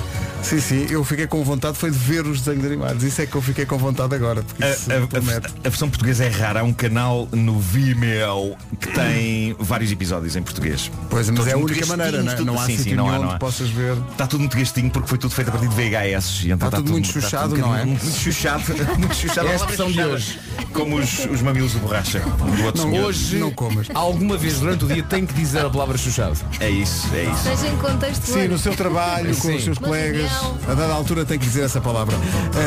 Sim, sim, eu fiquei com vontade foi de ver os desenhos animados. Isso é que eu fiquei com vontade agora. Porque A, isso a- a- promete. a versão portuguesa é rara. Há um canal no Vimeo que [COUGHS] tem vários episódios em português. Pois, mas Todos é a muito única gastinhos, maneira, não é? tudo- Não há sim, sim, sítio não há, nenhum não onde há. possas ver. Está Tá tudo muito gastinho porque foi tudo feito a partir de VHS. E então Está Tá tudo muito está chuchado, tudo um não é? bocadinho- Muito chuchado. [LAUGHS] [LAUGHS] muito chuchado. É a Olá, expressão de chuchado. hoje. Como os, os mamilos de borracha. do outro Não, senhor. hoje, alguma vez durante o dia, tenho que dizer a palavra chuchado. É isso, é isso. Seja em contexto Sim, no seu trabalho, com Sim. os seus colegas. A dada altura tem que dizer essa palavra.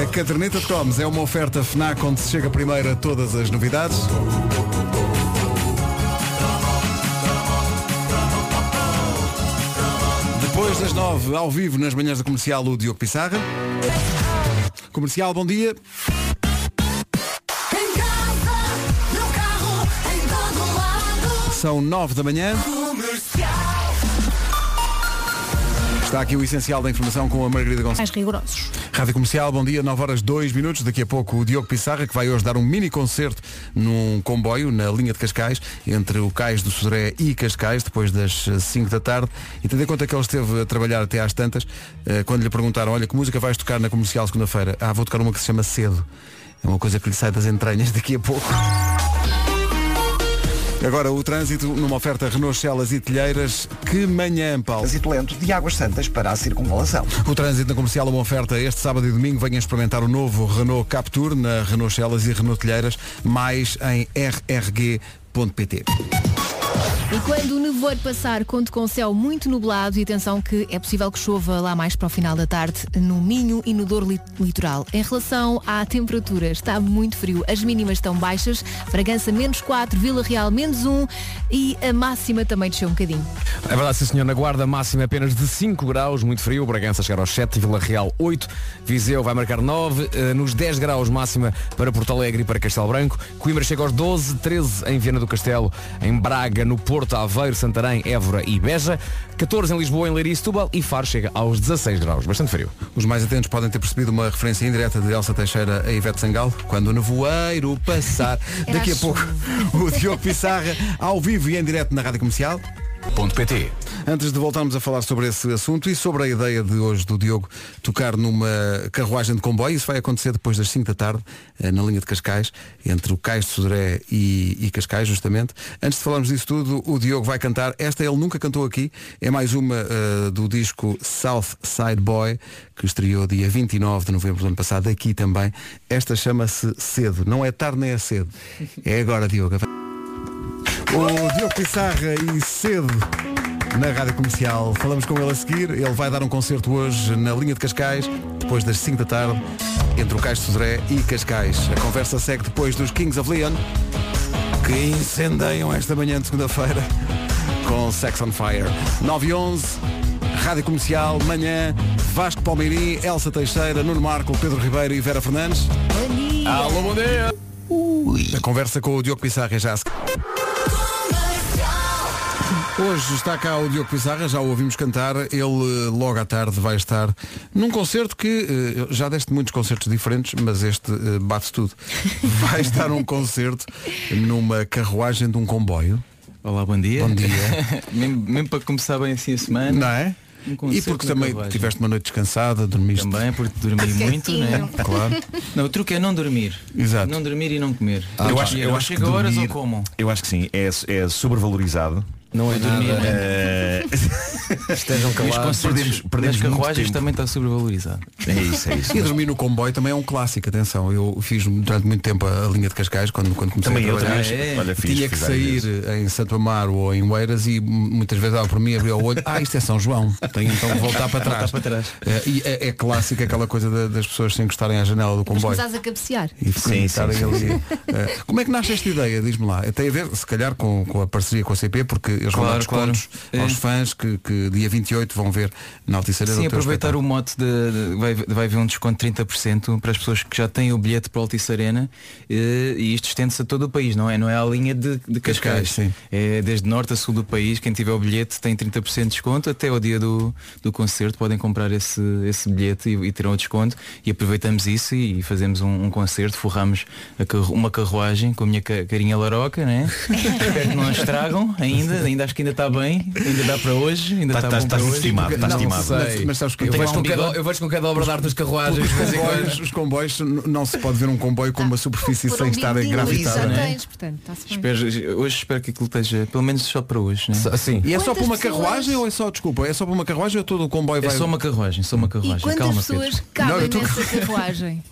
A caderneta de Cromos é uma oferta FNAC onde se chega primeiro a todas as novidades. Depois das nove, ao vivo, nas manhãs da comercial, o Diogo Pissarra. Comercial, bom dia. Em casa, no carro, em todo lado. São nove da manhã. Comercial. Está aqui o essencial da informação com a Margarida Gonçalves. Mais rigorosos. Rádio Comercial, bom dia, 9 horas 2 minutos. Daqui a pouco o Diogo Pissarra, que vai hoje dar um mini concerto num comboio na linha de Cascais, entre o Cais do Sodré e Cascais, depois das 5 da tarde. E tendo em conta que ele esteve a trabalhar até às tantas, eh, quando lhe perguntaram, olha, que música vais tocar na comercial segunda-feira? Ah, vou tocar uma que se chama Cedo. É uma coisa que lhe sai das entranhas daqui a pouco. Agora o trânsito numa oferta Renault Celas e Telheiras. Que manhã, Paulo. Trânsito lento de Águas Santas para a circunvalação. O trânsito na comercial é uma oferta este sábado e domingo. Venha experimentar o novo Renault Captur na Renault Celas e Renault Telheiras, mais em rrg.pt. E quando o nevoeiro passar, conto com céu muito nublado e atenção que é possível que chova lá mais para o final da tarde no Minho e no Douro Lit- Litoral. Em relação à temperatura, está muito frio, as mínimas estão baixas, Bragança menos 4, Vila Real menos 1 e a máxima também desceu um bocadinho. É verdade, sim senhor, na guarda máxima apenas de 5 graus, muito frio, Bragança chegar aos 7, Vila Real 8, Viseu vai marcar 9, eh, nos 10 graus máxima para Porto Alegre e para Castelo Branco, Coimbra chega aos 12, 13 em Viana do Castelo, em Braga, no Porto, Aveiro, Santarém, Évora e Beja, 14 em Lisboa, em Leiria e Setúbal e Faro chega aos 16 graus, bastante frio. Os mais atentos podem ter percebido uma referência indireta de Elsa Teixeira a Ivete Sangal, quando o nevoeiro passar. Era Daqui a a pouco, [LAUGHS] o Diogo Pissarra, ao vivo e em direto na Rádio Comercial. .pt Antes de voltarmos a falar sobre esse assunto e sobre a ideia de hoje do Diogo tocar numa carruagem de comboio, isso vai acontecer depois das 5 da tarde, eh, na linha de Cascais, entre o Cais de Sodré e, e Cascais, justamente. Antes de falarmos disso tudo, o Diogo vai cantar. Esta ele nunca cantou aqui, é mais uma eh, do disco South Side Boy, que estreou dia 29 de novembro do ano passado, aqui também. Esta chama-se Cedo. Não é tarde nem é cedo. É agora, Diogo. O Diogo Pissarra e cedo na Rádio Comercial. Falamos com ele a seguir. Ele vai dar um concerto hoje na linha de Cascais, depois das 5 da tarde, entre o Cais de Sodré e Cascais. A conversa segue depois dos Kings of Leon, que incendeiam esta manhã de segunda-feira com Sex on Fire. 9 e 11, Rádio Comercial, manhã, Vasco Palmeirim, Elsa Teixeira, Nuno Marco, Pedro Ribeiro e Vera Fernandes. Bom dia. Alô, bom dia! A conversa com o Diogo Pissarra é já se... Hoje está cá o Diogo Pissarra, já o ouvimos cantar. Ele eh, logo à tarde vai estar num concerto que eh, já deste muitos concertos diferentes, mas este eh, [LAUGHS] bate tudo. Vai estar um concerto numa carruagem de um comboio. Olá, bom dia. Bom dia. [LAUGHS] mesmo, mesmo para começar bem assim a semana. Não é? Um e concerto porque na também Carruagem. tiveste uma noite descansada, dormiste. Também, porque dormi muito, né? Quietinho. Claro. Não, o truque é não dormir. Exato. Não dormir e não comer. Ah, eu acho, eu acho chega que horas ou dormir- como. Eu acho que sim, é, é sobrevalorizado. Não é dormir. né? [LAUGHS] Eh, Estejam calados. Perdemos- Perdemos, perdemos nas muito carruagens tempo. também está sobrevalorizado. É isso, é isso. E dormir no comboio também é um clássico, atenção. Eu fiz durante muito tempo a a linha de Cascais, quando, quando comecei Também a eu, trabalhar. também. Ah, é? Olha, fiz- tinha que fiz sair em Santo Amaro ou em Oeiras e m- muitas vezes dava por mim, abria o olho, ah, isto é São João. Tenho então de voltar para trás. Voltar para trás. É, e é, é clássico aquela coisa da- das pessoas se encostarem à janela do Mas comboio. começares a cabecear. E sim, estarem sim, ali. sim. Eh, como é que nasce esta ideia? Diz-me lá. Tem a ver, se calhar, com, com a parceria com a CP, porque eles vão Claro, dar descontos claro. aos É. fãs que, que dia 28 vão ver na Alticeira Sim, aproveitar o mote de, de- vai, vai haver um desconto de 30% para as pessoas que já têm o bilhete para o Altice Arena eh, e isto estende-se a todo o país, não é? Não é a linha de, de Cascais. Cascais, sim. É desde norte a sul do país, quem tiver o bilhete tem 30% de desconto até ao dia do, do concerto, podem comprar esse, esse bilhete e, e terão o desconto e aproveitamos isso e fazemos um, um concerto, forramos a carru- uma carruagem com a minha ca- carinha laroca, né? Espero que não a estragam ainda, ainda acho que ainda está bem, ainda dá para hoje, ainda Tá- está tá- bom para tá-se hoje. estimado, tá-se estimado. Mas- mas sabes que Não eu tem vejo lá um com cada- bigode? Eu vejo com cada obra de arte das carruagens. Os de vez em quando. comboios, os comboios n- não se pode ver um comboio com uma superfície Por sem um estar bindinho, engravitada. já não é? tens, portanto, está-se bem. Espero- hoje espero que aquilo esteja, pelo menos só para hoje, né? Sim. E é só Quantas para uma pessoas- carruagem ou é só, desculpa, é só para uma carruagem ou todo o comboio É vai... só uma carruagem, só uma carruagem. E quantas Calma, pessoas Pedro. cabem Não, eu tô- nessa carruagem?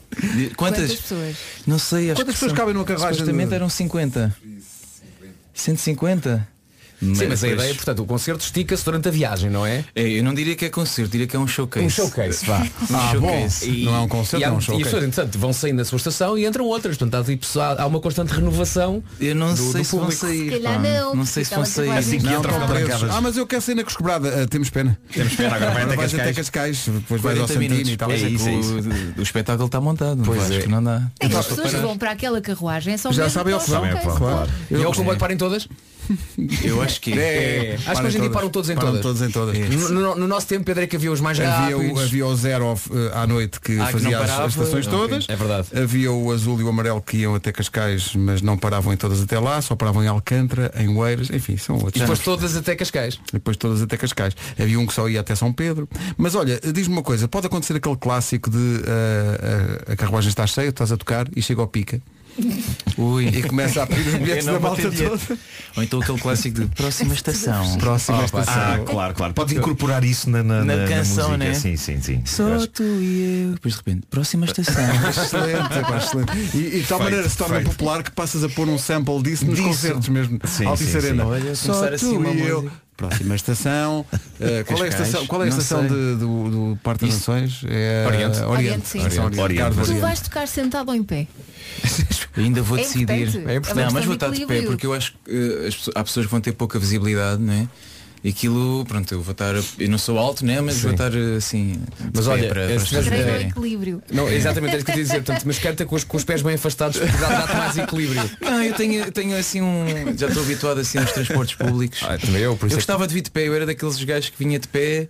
Quantas? pessoas? Não sei, acho Quantas que pessoas são- cabem numa carruagem Supostamente de- eram 50. 150? Sim, mas a depois- ideia, portanto, o concerto estica-se durante a viagem, não é? É, eu não diria que é concerto, diria que é um showcase. Um showcase, vá. Um Ah, showcase. bom. E- Não é um concerto, e há- é um E as showcase. pessoas, entretanto, vão saindo da sua estação e entram outras. Portanto, há, tipo, há, há uma constante renovação Eu não do, sei do se vão público. sair. Se calhar pá. não, Não sei se porque vão aquela sair. Assim que Não, entram, não, presos. ah, mas eu quero sair na coscobrada. Ah, temos pena. Temos pena, agora vai até vais até Cascais. Cascais, depois vais ao 40 Santini minutos. e tal. É isso, é isso. O, o espetáculo está montado. Pois Pois é. acho que não dá. É que Não as pessoas dá que para parar. vão para aquela carruagem são Já mesmo sabem ao que para vão. os Sabem ao que showcase. vão, claro. E é ao comboio parem todas? Eu acho que É, Acho que hoje em dia param todos em Param todas. É. todos em É todas. No, no- no nosso tempo, Pedro, é que havia os mais Havia rápidos. o, havia o zero off, eh, à noite que Ah, que fazia não as- parava. as estações Ok. todas. É verdade. Havia o azul e o amarelo que iam até Cascais, mas não paravam em todas até lá, só paravam em Alcântara, em Oeiras, enfim, são E outros. depois todas até Cascais. Depois todas até Cascais. Havia um que só ia até São Pedro. Mas olha, diz-me uma coisa, pode acontecer aquele clássico de ah, ah, a carruagem está cheia, tu estás a tocar e chega ao [LAUGHS] pica Ui. e começa a pedir os Eu bilhetes não da vou malta ter dinheiro. toda. Ou então aquele clássico de próxima estação. Próxima estação. Ah, claro, claro. Pode incorporar isso na, na, Na na- na canção, música. né? Sim, sim, sim. Eu Só acho- tu e eu. Depois de repente, próxima estação. Excelente, epá, excelente. E, e de tal Feito, maneira se torna feito. popular que passas a pôr um sample disso nos Disso. concertos mesmo. Sim, Altice sim, sim. Arena. Olha, Só começar assim tu uma e eu. música. Próxima estação. Eh, qual é a Cascais? estação, qual é a Não estação sei. de- do, do Parque das Isso. Nações? É Oriente. Oriente, sim. Estação Oriente. Oriente. Carlos Tu Oriente. vais tocar sentado ou em pé? Ainda vou É decidir. importante. É importante. Não, mas vou É uma questão estar de de pé equilíbrio. porque eu acho que eh, as pessoas- há pessoas que vão ter pouca visibilidade, não é? E aquilo, pronto, eu vou estar. Eu não sou alto, né? Mas vou estar eh, assim. de Mas pé olha, para, se para as pessoas tivesse- Treino ao É. verem. equilíbrio. Não, exatamente, era isso que eu te ia dizer. [LAUGHS] Portanto, mas canta com os, com os pés bem afastados, porque dá- dá-te mais equilíbrio. [LAUGHS] Não, eu tenho, tenho assim um. Já estou habituado assim aos transportes públicos. também eu, Eu por isso é que- gostava de vir de pé, eu era daqueles gajos que vinha de pé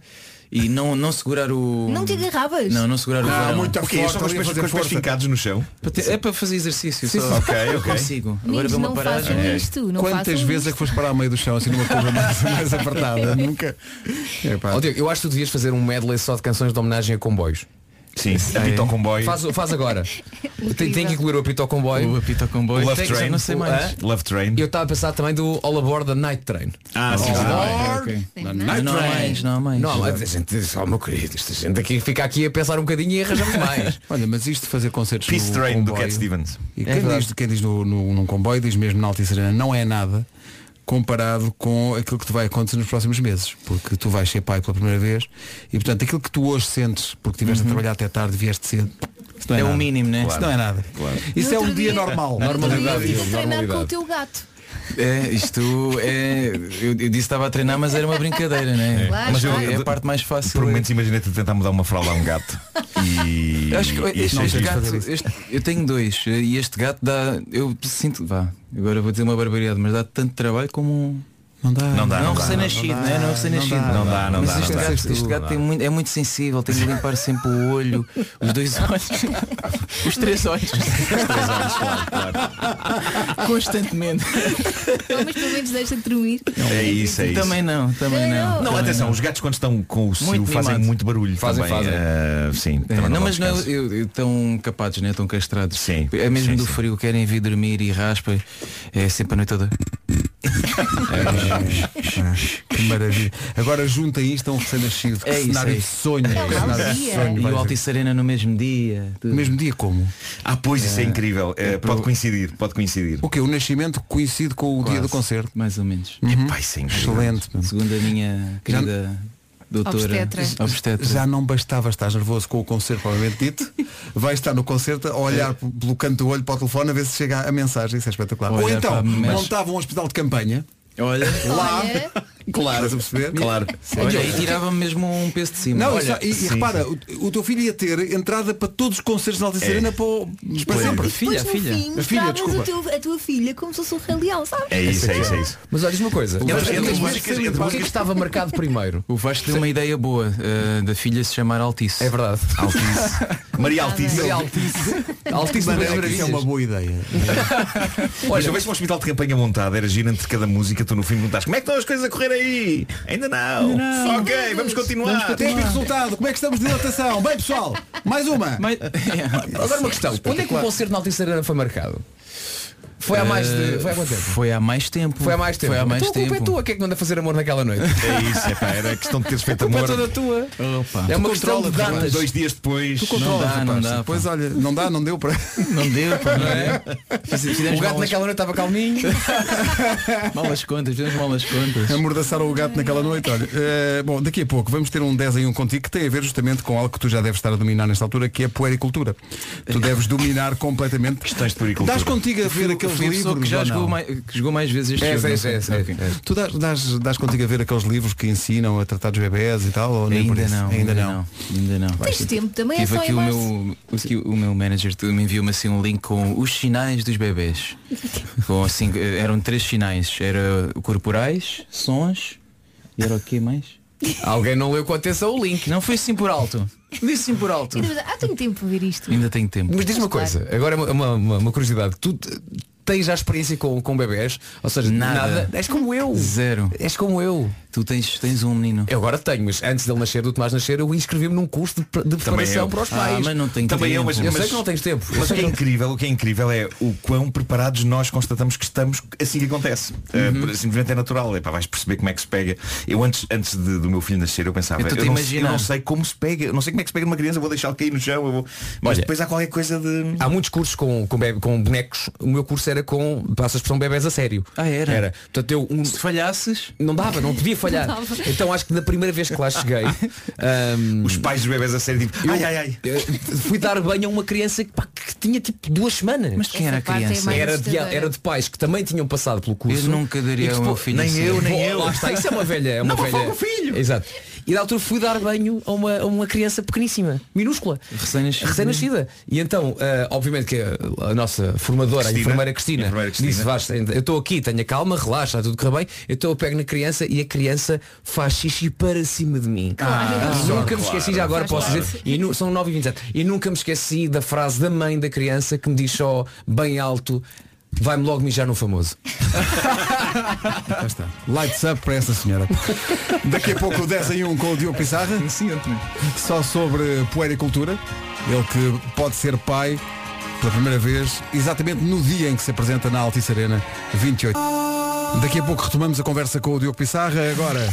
e não, não segurar o. Não te agarravas? Não, não segurar o Ah, varão. muita O quê? força, Só com os ali a pés- fazer com os pés força. fincados no chão? Para ter- É para fazer exercício só. Ok, Não ok. consigo. Agora Meninos, vê uma não paragem. façam isto. Não Quantas façam vezes é que isto. foste parar ao meio do chão assim numa curva [LAUGHS] mais, mais apertada? Nunca. Epá. Ó, Diogo, eu acho que tu devias fazer um medley só de canções de homenagem a comboios. Sim, apita ao comboio. Faz, faz agora. tem, tem que incluir o apito ao comboio. O apito ao comboio. Love Tem que- Train. Não sei mais. Hã? Love Train. Eu estava a pensar também do All Aboard the Night Train. Ah, sim, sim. Não, Não, não há mais, não há mais. Não, mas a gente, oh, meu querido, esta gente aqui fica aqui a pensar um bocadinho [LAUGHS] e arranjamos mais. Olha, mas isto de fazer concertos Peace no Train do comboio- Cat Stevens. E quem verdade. diz, quem diz no, no- num comboio, diz mesmo na Altice Arena, não é nada comparado com aquilo que te vai acontecer nos próximos meses, porque tu vais ser pai pela primeira vez e portanto aquilo que tu hoje sentes porque tiveste a trabalhar até tarde, vieste cedo, isso não é, É o nada. mínimo, né? Isso não é nada. Isso No é um outro dia, normal. Normalidade. Normalidade, Eu tive a treinar com o normalidade. teu gato. É, isto é. Eu, eu disse que estava a treinar, mas era uma brincadeira, né? É. Claro, Mas eu- claro. é a parte mais fácil. Por momentos imaginei-te tentar mudar uma fralda a um [LAUGHS] gato. E. Eu acho que e este, achei este giro. gato, este- eu tenho dois e este gato dá. Eu sinto. Vá, agora vou dizer uma barbaridade, mas dá tanto trabalho como um. Não dá. Não dá, não não dá. recém-nascido, não não é? dá, Não recém-nascido. não dá, não dá, não Mas dá, este não dá. gato, este gato tem muito- é muito sensível, tem de limpar sempre o olho, [LAUGHS] os dois olhos, os três olhos. Claro, claro. Constantemente. Mas pelo menos deixa-te dormir. É isso, é isso. Também não, também não. Não, é Também atenção, não. os gatos quando estão com o cio Muito fazem mimado. muito barulho. Fazem, também. fazem. Ah, sim, É, também não, dá mas não, descanso. eu, eu, tão capados, né? Tão castrados. Sim. É mesmo sim, do sim. frio, querem vir dormir e raspem. É sempre a noite toda. que maravilha. Agora juntem isto a um recém-nascido. Que É isso, cenário é de isso. sonho. É que um cenário de dia. sonho. E vai o ser. Altice Arena no mesmo dia. tudo. Mesmo dia como? Ah, pois isso é incrível. Eh, pode coincidir, pode coincidir. O que? O nascimento coincide com o dia Quase, do concerto. Mais ou menos. Epá, isso é incrível. Excelente. meu. Segundo a minha querida doutora Obstetra. obstetra. Já não bastava estar nervoso com o concerto, provavelmente dito. Vai estar no concerto a olhar p- pelo canto do olho para o telefone a ver se chega a mensagem. Isso é espetacular. Ou Olhar para então, a mensagem. montavam um hospital de campanha. Olha, Lá. Olha. [LAUGHS] Claro. Estás a perceber? Claro. Olha, e tirava-me mesmo um peso de cima. Não, Olha, e, e sim, repara, O, o teu filho ia ter entrada para todos os concertos na Altice É. Arena para, o- para Pois. sempre. E depois, no fim, A filha, mostravas desculpa. o teu- a tua filha como se fosse um rei leão, sabes? É isso, é isso, é isso. Mas olha diz uma coisa. Entre- Entre- entre entre- músicas- entre- entre O que é que estava marcado primeiro? O Vasco tem uma ideia boa eh, da filha se chamar Altice. É verdade. Altice. Maria Altice. Maria Altice. Altice Mano, das é que Maravilhas. isso é uma boa ideia. Mas eu vejo um hospital de campanha montado, era giro entre cada música, tu no fim perguntas como é que estão as coisas a correr aí? Ainda não. Ok, vamos continuar. Tempo e resultado, como é que estamos de dilatação? Bem pessoal, mais uma. [LAUGHS] Mas- é, Agora uma questão. Quando é que o concerto na Altice Arena foi marcado? Foi há mais de. Foi há quanto tempo? Eh, Foi há mais tempo. Foi há mais tempo. Foi há mais então a culpa tempo. é tua, que é que manda fazer amor naquela noite? É isso, é pá, era questão [LAUGHS] de teres feito culpa é amor. tipo, toda tua. Opa. É uma questão de controla-te, rapaz. datas. Dois dias depois. Não dá, não dá. Pois olha, não dá, não deu para. [LAUGHS] Não deu, pá, não [LAUGHS] é? Fiz- Fizemos O gato malas, naquela noite [LAUGHS] estava calminho. malas contas, fizemos malas contas. Amordaçaram o gato naquela noite, olha. Eh, bom, daqui a pouco vamos ter um 10 em 1 contigo que tem a ver justamente com algo que tu já deves estar a dominar nesta altura, que é a puericultura. Tu deves dominar completamente. Questões de puericultura. Dás contigo a ver aqueles Fui a pessoa livros. que já ou não? jogou mais, que jogou mais vezes este É, jogo. é, não é, sei. Ok. é, é. Tu dás, dás, dás contigo a ver aqueles livros que ensinam a tratar dos bebés e tal? Ou nem por Ainda isso? não, ainda não, ainda não. Tens tempo também, é Tive só aqui em o março. meu, aqui o meu manager tu- me enviou-me assim um link com os sinais [LAUGHS] dos bebés. com assim, eh, eram três sinais. Era corporais, sons e era o que mais? Alguém não leu com atenção o link. Não foi assim por alto. Disse sim por alto. E depois, Ah, tenho tempo para ver isto. Ainda tenho tempo. Mas diz uma coisa, agora é uma- uma, uma, uma curiosidade. Tu te- tens já experiência com, com bebés? Ou seja, nada. Nada. És como eu. Zero. És como eu. Tu tens, tens um menino. Eu agora tenho, mas antes dele nascer, do Tomás nascer, eu inscrevi-me num curso de, pre- de preparação eu. para os Ah, pais. mas não tenho Também eu, tempo. mas- Eu sei que não tens tempo. Eu Mas o sei que que é não- incrível, o que é incrível é o quão preparados nós constatamos que estamos assim que acontece. Eh, Uhum. por- simplesmente é natural. Epá, vais perceber como é que se pega. Eu antes, antes de- do meu filho nascer eu pensava, Eu eu, estou-te não, a eu imaginar. não sei como se pega, eu não sei como é que se pega numa criança, eu vou deixá-lo cair no chão, eu vou. Mas Olha, depois há qualquer coisa de. Há muitos cursos com, com, bebe- com bonecos. O meu curso era com, passa a expressão, bebés a sério. Ah, era? Era. Portanto, eu um, Se falhasses, não dava, não podia falhar. Não dava. então acho que na primeira vez que lá cheguei, Ah, ahm, Os pais dos bebés a sério tipo, eu- ai ai ai. eu fui dar banho a uma criança que, pá, que tinha tipo duas semanas. mas quem Essa era a parte é criança? mais- era de, assustadora. era de pais que também tinham passado pelo curso. Eu nunca daria E que ao depois- meu filho Nem assim. eu, nem Boa, eu. lá está, isso é uma velha. [LAUGHS] É uma vou velha. falar com o filho. Exato. E na altura fui dar banho a uma, a uma criança pequeníssima, minúscula. Recém-nascida. Recém-nascida. E então, eh, obviamente que a, a nossa formadora, a Cristina. enfermeira Cristina, A enfermeira Cristina. disse, "Vasco, eu estou aqui, tenha calma, relaxa, está tudo correr bem. Então eu pego na criança e a criança faz xixi para cima de mim. Ah, E nunca me esqueci, já agora Faz posso dizer, e nu- são 9 e 27 E nunca me esqueci da frase da mãe da criança que me diz só bem alto. Vai-me logo mijar no famoso. Cá está. Lights up para essa senhora. Daqui a pouco o 10 em 1 com o Diogo Pissarra. Só sobre puericultura. Ele que pode ser pai pela primeira vez, exatamente no dia em que se apresenta na Altice Arena 28. Daqui a pouco retomamos a conversa com o Diogo Pissarra. Agora,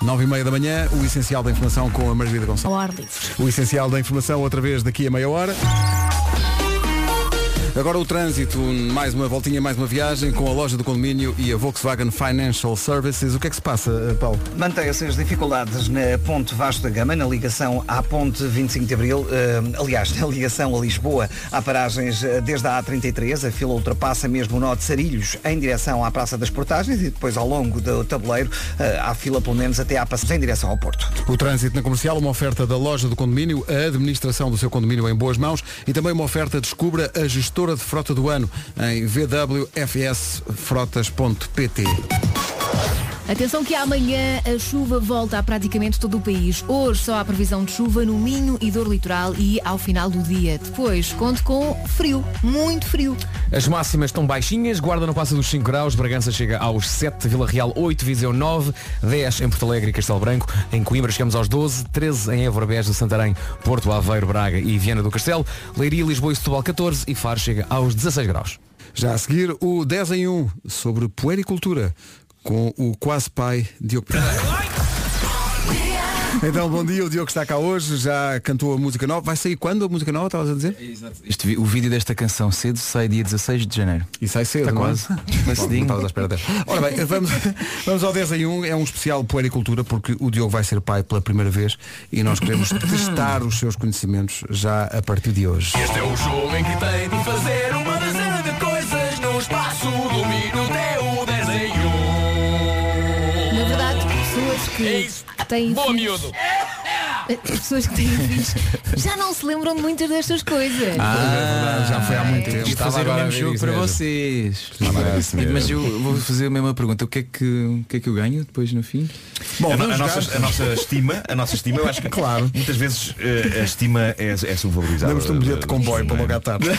9 e meia da manhã, o essencial da informação com a Margarida Gonçalves. Ao ar livre. O essencial da informação outra vez daqui a meia hora. Agora o trânsito, mais uma voltinha, mais uma viagem com a loja do condomínio e a Volkswagen Financial Services. O que é que se passa, Paulo? Mantêm-se as dificuldades na Ponte Vasco da Gama, na ligação à Ponte 25 de Abril, eh, aliás, na ligação a Lisboa, há paragens eh, desde a A33, a fila ultrapassa mesmo o nó de Sarilhos em direção à Praça das Portagens e depois ao longo do tabuleiro eh, há fila pelo menos até à passagem em direção ao Porto. O trânsito na comercial, uma oferta da loja do condomínio, a administração do seu condomínio em boas mãos e também uma oferta descubra a gestora de frota do ano em vwfsfrotas.pt. Atenção que amanhã a chuva volta a praticamente todo o país. Hoje só há previsão de chuva no Minho e Dor Litoral e ao final do dia. Depois, conto com frio, muito frio. As máximas estão baixinhas, Guarda não passa dos 5 graus, Bragança chega aos 7, Vila Real 8, Viseu 9, 10 em Porto Alegre e Castelo Branco, em Coimbra chegamos aos 12, 13 em Évora, Beja, Santarém, Porto Aveiro, Braga e Viana do Castelo, Leiria, Lisboa e Setúbal 14 e Faro chega aos 16 graus. Já a seguir, o 10 em 1 sobre puericultura com o quase pai Diogo Pina. Então, bom dia, o Diogo está cá hoje, já cantou a música nova. Vai sair quando a música nova, estavas a dizer? Este vi- o vídeo desta canção cedo sai dia 16 de janeiro. E sai cedo, Está não é? quase. Bom, Está cedinho. não estavas à espera dela. Ora bem, vamos, vamos ao 10 em 1, é um especial puericultura porque o Diogo vai ser pai pela primeira vez e nós queremos testar os seus conhecimentos já a partir de hoje. Este é o jogo em que tem de fazer uma dezena de coisas no espaço do minuto é o 10 em um. Na verdade, pessoas que têm É Boa, filhos- miúdo. Eh, [LAUGHS] Pessoas que têm filhos já não se lembram de muitas destas coisas. Ah, já foi há muito Eu tempo. vou fazer o mesmo jogo para vocês. Mas eu vou fazer a mesma pergunta. O que é que, o que, é que eu ganho depois no fim? É, a, no- a nossa, a nossa estima, a nossa estima, eu acho que claro. muitas vezes eh, a estima é, é subvalorizada. Damos-te um bilhete de comboio para logo à tarde. [LAUGHS]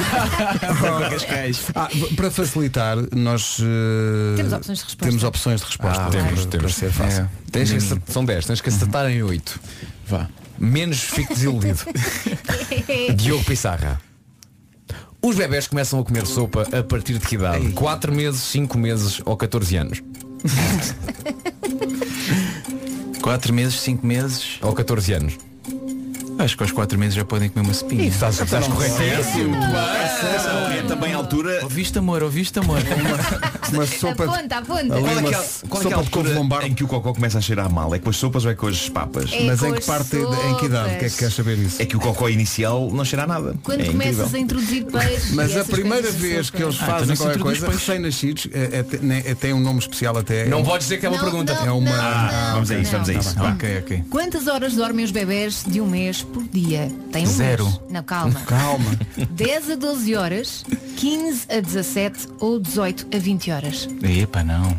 Ah, v- para facilitar, nós eh, Temos opções de resposta. Temos opções de resposta. Ah, para- temos, para temos. ser fácil. É. Tens que acertar- são 10, tens que acertar em 8. Vá. Menos [LAUGHS] fico desiludido. Diogo Pissarra. Os bebés começam a comer sopa a partir de que idade? 4 meses, 5 meses ou 14 anos? 4 meses, 5 meses. Ou 14 anos. Acho que aos 4 meses já podem comer uma espinha. Isso, estás- estás corretíssimo. É também a altura. Ouviste amor, ouviste amor. Uma Aponta, aponta. Qual é que é, qual é que é a altura em que o cocó começa a cheirar mal? É com as sopas ou é com as papas? É Mas com em que as parte- em que idade? O que é que queres saber isso? É que o cocó inicial não cheira a nada. Quando é começas incrível. a introduzir peixe. Mas e a essas primeira coisas de vez sopa. que eles fazem qualquer coisa, recém-nascidos, é, é, tem- é, tem um nome especial até. Não É um- podes dizer que é uma Não, pergunta. não, É uma. não, Ah, vamos a isso, vamos a Tá isso. Vá. Ok, ok. Quantas horas dormem os bebés de um mês por dia? Tem um Zero. mês? Não, calma. Calma. 10 a 12 horas, 15 a 17 ou 18 a 20 horas. Epa, não.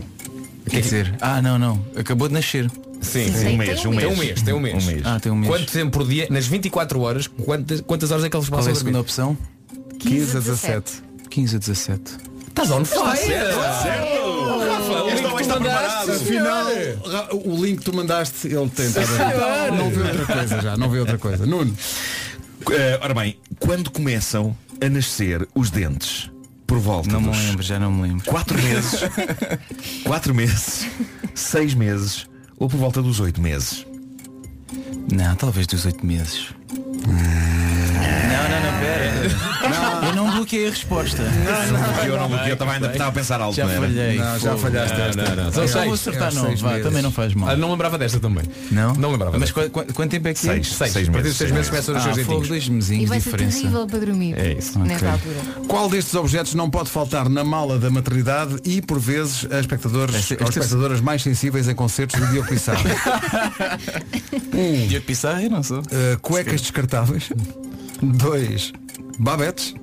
Quer dizer, ah, não, não. Acabou de nascer. Sim, Sim, um tem- mês, tem um um Tem mês. um mês, tem um mês. Ah, tem um mês. Quanto tempo por dia, nas 24 horas, quantas, quantas horas é que eles Qual passam é a dormir? segunda opção? 15 a 17. 15 a 17. Estás on fire! Rafa, o link que tu mandaste, Afinal, Ra- o link que tu mandaste, ele tem. tá bem. senhor. Não vê outra coisa já, não vê outra coisa. Nuno. Eh, ora bem, quando começam a nascer os dentes? Por volta Não me dos lembro, já não me lembro. 4 [LAUGHS] meses, 4 meses, 6 meses ou por volta dos 8 meses? Não, talvez dos 8 meses. Não, não, não, pera. Eu não bloqueei a resposta. eu Ah, não bloqueei, eu estava ainda estava a pensar algo. Ah, Já não era? falhei. Não, já fogo. falhaste esta. Só É vou seis, acertar é não, seis vá, meses. também não faz mal. Ah, não lembrava desta também. Não? Não lembrava. Mas qua- qua- quanto tempo é que é? Seis, Seis, seis Perdi meses, seis seis meses. meses começam os Ah, seus fogo, dentinhos. dois E mesinhos vai de ser diferença. terrível para dormir. É isso, Nessa ok. altura. Qual destes objetos não pode faltar na mala da maternidade e, por vezes, a espectadores, Esta- aos esta- espectadoras mais sensíveis em concertos de Diogo Pissarro? Diogo Pissarra, eu não sou. Uh, cuecas descartáveis. dois Babetes.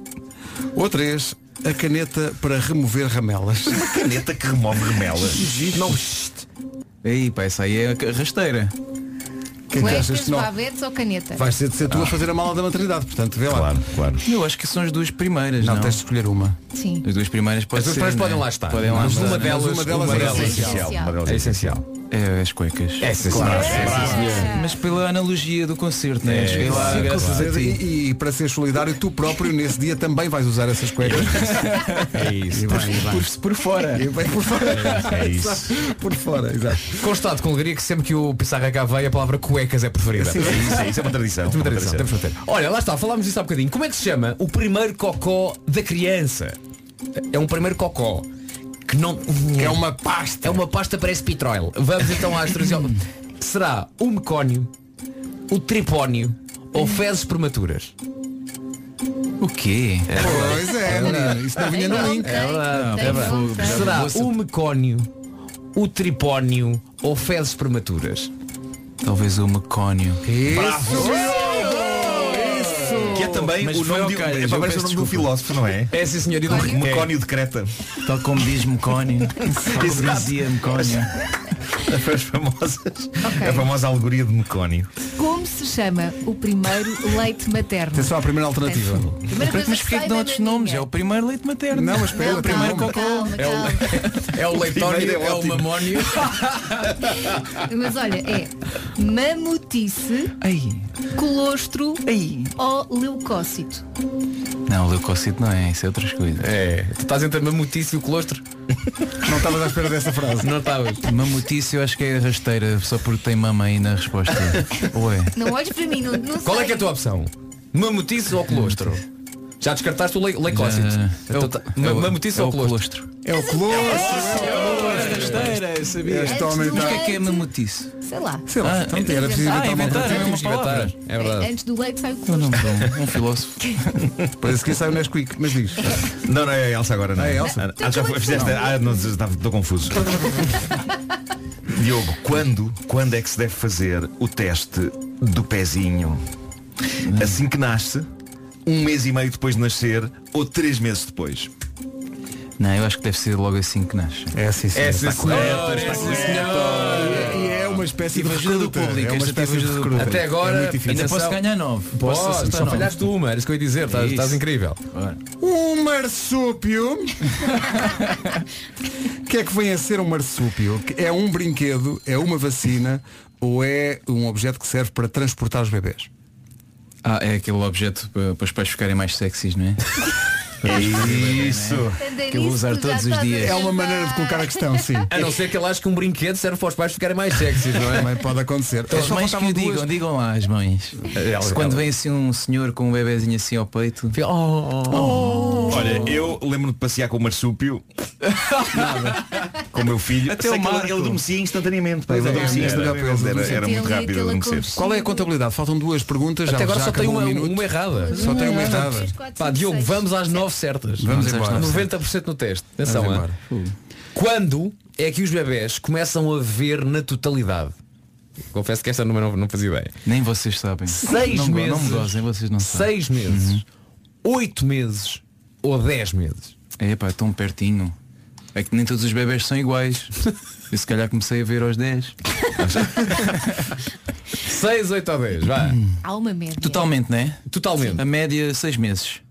Ou três A caneta para remover ramelas. é Caneta que remove remelas. [LAUGHS] Não. Aí, pá, essa aí é a rasteira. Quem que achas Cuecas, que não? babetes ou caneta? Vais ter de ser tu a fazer a mala da maternidade, portanto, vê lá. Claro, claro. Eu acho que são as duas primeiras. Não, Não, tens de escolher uma. Sim. As duas primeiras podem é? As duas primeiras podem lá estar. Podem lá Mas estar. uma delas- Mas uma delas uma é delas essencial. Uma delas É essencial. É as cuecas. É essencial. Mas pela analogia do concerto, É, né? Cheguei lá, Sim, com graças a certeza. ti. E, e para ser solidário, tu próprio nesse dia também vais usar essas cuecas. É isso. Por, por fora. E vai por fora. É isso. Por fora, exato. Constato com alegria que sempre que o Pissarra cá veio a palavra cuecas é preferida. É isso, é isso, é uma tradição. Temos uma é uma tradição, temos uma tradição. Olha, lá está, falámos disso há bocadinho. Como é que se chama o primeiro cocó da criança? É um primeiro cocó. Que não. É uma pasta. É uma pasta parece pitroil. Vamos então [LAUGHS] às tradição. Será o mecónio, o tripónio ou fezes prematuras? O quê? Pois é, menino. Isso não vinha no link. É verdade, é verdade. Tem Será volta. o mecónio, o tripónio ou fezes prematuras? Talvez o mecónio. Isso! Isso! Que é também Mas o foi nome, de, ao calhas, é, eu pá, parece peço o nome de um desculpa. filósofo, não [LAUGHS] é? É sim senhor, e do Mecónio. Mecónio de Creta. Tal como diz Mecónio. Tal é, como Exato. dizia Mecónio. [LAUGHS] As famosas, A famosa alegoria de Mecónio. Como se chama o primeiro leite materno? Atenção à primeira alternativa. Primeira coisa mas que porquê sai que dão da outros nomes? É o primeiro leite materno. Não, mas é o primeiro calma, cocô. calma, É o- É o leitório, primeiro é é o ótimo. [LAUGHS] mamónio. Mas olha, é mamutice, colostro ou leucócito. Não, o leucócito não é, isso é outras coisas. É, tu estás entre mamutice e o [LAUGHS] colostro. Não estavas à espera dessa frase. Não estavas. Mamutice eu acho que é rasteira, só porque tem mama aí na resposta. Ué. Não olhes para mim, não, não Qual é sei. que é a tua opção? Mamutice ou colostro? Já descartaste o le leicócito. Já, Então, então, ma- é o- Mamutice é ou o colostro? É o colostro. Rasteira, eu sabia. Este homem Mas o que é está- que é mamutice? Sei lá. Sei lá, então era preciso inventar uma Ah, inventar, alternativa. é uma palavra. É Antes do leite sai o Não, colostro. não, não, um filósofo. Parece que saiu o Nesquik, mas diz. Não, não, é a Elsa agora, não Ah, é a Elsa? Ah, já foi- fizeste. Ah, não, estava- estou confuso. Diogo, quando, quando é que se deve fazer o teste do pezinho? Assim que nasce, um mês e meio depois de nascer ou três meses depois? Não, eu acho que deve ser logo assim que nasce. É assim, senhor. É, sim, Está senhor. correto, está correto. E é uma espécie Tive de ajuda do recruta. público, É uma esta espécie tive de ajuda do recruta. público. Até agora, É muito difícil. ainda posso ganhar nove. Posso Posso, acertar só nove. falhaste uma, era isso que eu ia dizer, estás, Isso. estás incrível. Um marsúpio. O que é que vem a ser um marsúpio? É um brinquedo, é uma vacina ou é um objeto que serve para transportar os bebés? Ah, é aquele objeto para, para os pais ficarem mais sexys, [LAUGHS] não é? É isso. é Que eu vou usar todos os dias. É uma maneira de colocar a questão, [LAUGHS] sim. A não ser que ele ache que um brinquedo serve para os pais ficarem mais sexys, não é? Também pode acontecer. As Só um- mães que faltavam o duas. digam, digam lá as mães. Elas- Se quando vem assim um senhor com um bebezinho assim ao peito. fica, "Oh, oh, oh." Olha, eu lembro-me de passear com o marsúpio com o meu filho. Até Sei o que ele- Marco. ele adormecia instantaneamente. pá, Pois ele é, adormecia era, instantaneamente, era, era, era muito Aquele- rápido a aquele adormecer. aconchego. Qual é a contabilidade? Faltam duas perguntas. Já, Até agora já só tem acabou uma, um minuto. uma errada. Só tem uma errada. Pá, Diogo, vamos às nove certas. Vamos às embora. nove certas. 90% no teste. Atenção, Vamos hein? embora. Quando é que os bebés começam a ver na totalidade? Confesso que esta número não, não fazia ideia. Nem vocês sabem. Seis não, go- meses. Não me gozem, vocês não sabem. Seis Uhum. meses, oito meses ou dez meses. É pá, tão pertinho. É que nem todos os bebés são [LAUGHS] iguais. Eu se calhar comecei a ver aos 10. Seis, oito ou dez, vá. Hum. Há uma média. Totalmente, não é? Totalmente. A média, seis meses.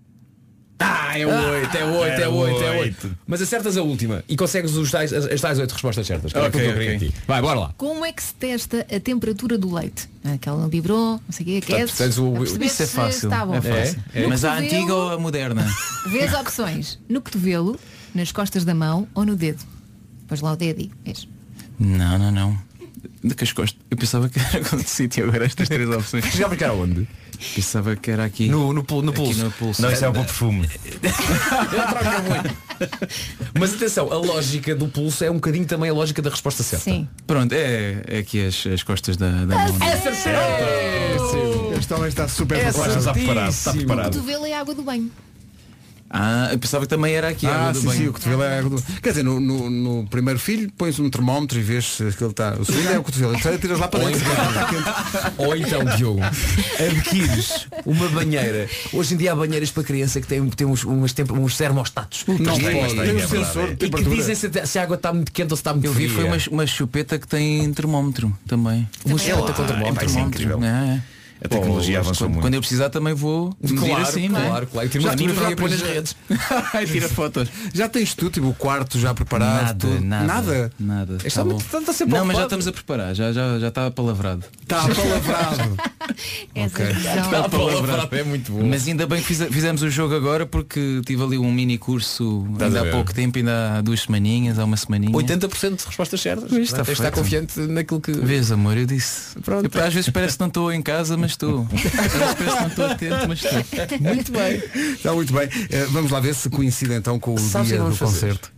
Ah, é oito, é oito, é era oito, é oito. oito. Mas acertas a última e consegues os tais, as, as tais oito respostas certas. que era Ok, aquilo que eu queria ok. de ti. Vai, bora lá. Como é que se testa a temperatura do leite? Aquela no biberon, não sei o que, aqueces. tens o- a perceber Isso é se fácil. Está tá bom. É fácil. No Mas a cotovelo, antiga ou a moderna? Vê as opções. No cotovelo, nas costas da mão ou no dedo. Pois lá o dedo e vês. Não, não, não. De que as costas. Eu pensava que era com o sítio agora estas três opções. Já brincar aonde? Pensava que era aqui. No, no, pul- no Aqui pulso. no pulso. Não, isso é um bom perfume. Mas atenção, a lógica do pulso é um bocadinho também a lógica da resposta certa. Sim. Pronto, é, é aqui as, as costas da, da mão. é- é Este homem está super É preparado. Está preparado, está certíssimo. preparado. Cotovelo é água do banho. Ah, eu pensava que também era aqui a Ah, água do sim, sim, o banho. cotovelo é a água do- Quer dizer, no, no- no primeiro filho pões um termómetro e vês se aquilo está. O segundo é o cotovelo. Então tiras lá para Ou dentro. Tá então, ou então, Diogo, adquires uma banheira. Hoje em dia há banheiras para criança que têm, têm uns, umas temp- uns termostatos. Não Mas tem, mas pode. tem, Tem é um verdade, sensor é. de E E que temperatura. dizem se, se a água está muito quente ou se está muito Eu fria. vi foi uma, uma chupeta que tem termómetro também. Uma chupeta com termómetro. é, pá, isso é incrível. É, é. A tecnologia Pô, avançou quando, muito. Quando eu precisar também vou medir Claro, assim, não é? claro, claro. E tira Já umas tira fotografia e põe nas próprias- redes. [LAUGHS] Ai, tira fotos. Já tens tudo, tipo o quarto já preparado. Nada, tudo. nada, Nada. Nada. Este tá homem bom. está- está sempre não, mas já ocupado. Tá estamos a preparar, já, já, já tá está palavrado. [LAUGHS] Está palavrado. É Essa Ok. expressão. Então, Ah, palavra, é muito bom. Tá Mas ainda bem que fiz- fizemos o jogo agora porque tive ali um mini curso a ainda ver. há pouco tempo, ainda há duas semaninhas, há uma semaninha. 80% de respostas certas. Isto está Está, feito. confiante naquilo que. Vês amor, eu disse. Pronto. Eu, às vezes parece que não estou em casa, mas [LAUGHS] estou. Às vezes parece que não estou atento, mas estou. Muito bem. Está muito bem. Eh, vamos lá ver se coincide então com o Sabes o que dia do vamos fazer? concerto.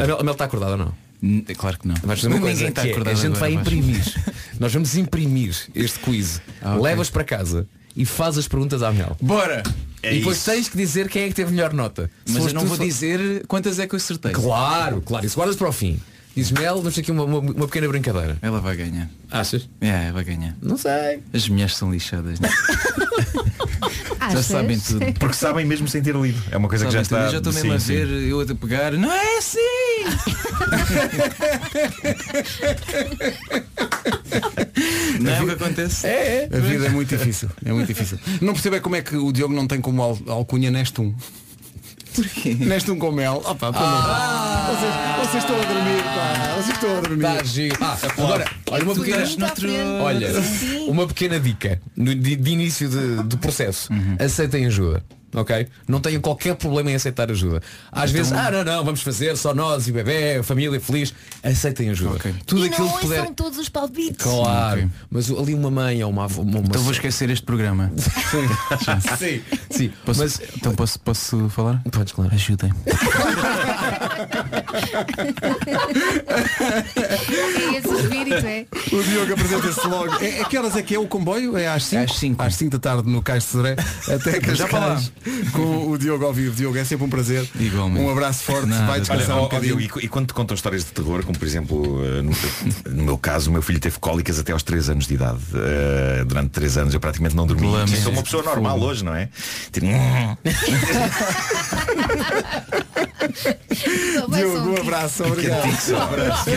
A Mel- a Mel está acordada ou não? N- é Claro que não. Vais fazer uma Ninguém coisa está que é, acordado a gente agora, vai vais. [LAUGHS] imprimir. Nós vamos imprimir este quiz. Ah, ok. Levas para casa e faz as perguntas à Mel. Bora! É e depois isso. tens que dizer quem é que teve melhor nota. Se Mas fores eu não tu, vou fa- dizer quantas é que eu acertei. Claro, claro. Isso guardas para o fim. Diz Mel, vamos ter aqui uma, uma, uma pequena brincadeira. Ela vai ganhar. Achas? É, vai ganhar. Não sei. As mulheres são lixadas. Né? Já Achas? sabem tudo. Porque sabem mesmo sem ter lido. É uma coisa que já está. Sabem tudo. Eu já estou mesmo a sim, ver, eu a pegar. Não é [LAUGHS] assim! Não é o que acontece? É, A vida é muito difícil. É muito difícil. Não percebo é como é que o Diogo não tem como al- alcunha Nestum. Porquê? Nestum Um com mel. Opa, pelo amor de Deus. Ah! Vocês, vocês estão a dormir, pá. Vocês estão a dormir. Tá giro. Ah, agora, olha uma Tu pequena. estás noutro- Olha, Sim. uma pequena dica no- de, de início de- do processo. Uhum. Aceitem ajuda. Ok? Não tenho qualquer problema em aceitar ajuda. Às Então- vezes, ah não, não, vamos fazer só nós e o bebê, a família feliz. Aceitem ajuda. Tudo e aquilo não que puder. ouçam todos os palpites. Claro, mas ali uma mãe ou uma avó. Uma, então vou esquecer este programa. Sim, [LAUGHS] sim. Posso- Então posso, posso falar? Podes, claro. Ajudem. É esse o [LAUGHS] espírito, é? O Diogo apresenta-se [LAUGHS] logo. É, é que horas é que é o comboio? É às 5? Às 5. da tarde no Cais de Sodré. [LAUGHS] Até Cascais. Já para lá. Com o Diogo ao vivo. Diogo, é sempre um prazer. Um abraço forte. Vai descansar Olha, ó, um ó, bocadinho. Diogo, e, e quando te contam histórias de terror, como por exemplo, eh, no, no meu caso, o meu filho teve cólicas até aos 3 anos de idade. Eh, durante 3 anos eu praticamente não dormi. Lamento. Sou uma pessoa normal Fogo. hoje, não é? Tipo, [LAUGHS] Diogo, um abraço. Obrigado. Só um abraço.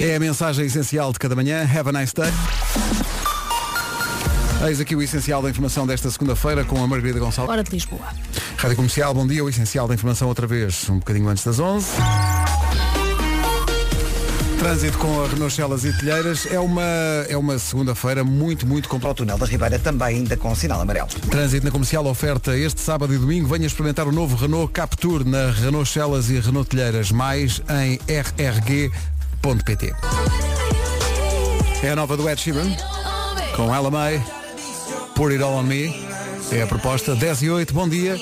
É a mensagem essencial de cada manhã. Have a nice day. Eis aqui o essencial da informação desta segunda-feira com a Margarida Gonçalves. Hora de Lisboa. Rádio Comercial, bom dia. O essencial da informação outra vez, um bocadinho antes das 11. Trânsito com a Renault Celas e Telheiras é uma, é uma segunda-feira muito, muito complicada. O túnel da Ribeira também ainda com sinal amarelo. Trânsito na comercial oferta este sábado e domingo. Venha experimentar o novo Renault Captur na Renault Celas e Renault Telheiras. Mais em rrg.pt. É a nova do Ed Sheeran com Ella May. Put It All On Me. É a proposta 10 e 8. Bom dia.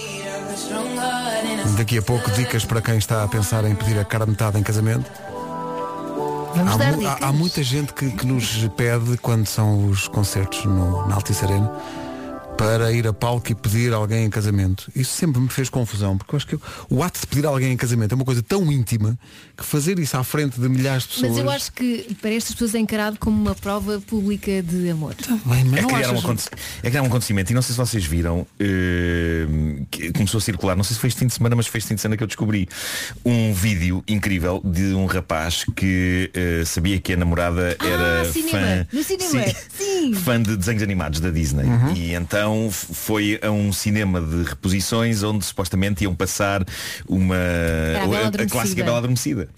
Daqui a pouco dicas para quem está a pensar em pedir a cara metade em casamento. Vamos há, dar mu- dicas. há- há muita gente que, que nos pede quando são os concertos no, na Altice Arena para ir a palco e pedir alguém em casamento. Isso sempre me fez confusão, porque eu acho que eu- o ato de pedir alguém em casamento é uma coisa tão íntima que fazer isso à frente de milhares de pessoas. Mas eu acho que para estas pessoas é encarado como uma prova pública de amor. mas é, criar não um achas- aconte- é criar um acontecimento e não sei se vocês viram eh, que começou a circular, não sei se foi este fim de semana mas foi este fim de semana que eu descobri um vídeo incrível de um rapaz que eh, sabia que a namorada Ah, era cinema. fã No cinema. Sim. Sim. fã de desenhos animados da Disney Uhum. e então f- foi a um cinema de reposições onde supostamente iam passar uma a Bela Adormecida. clássica Bela Adormecida.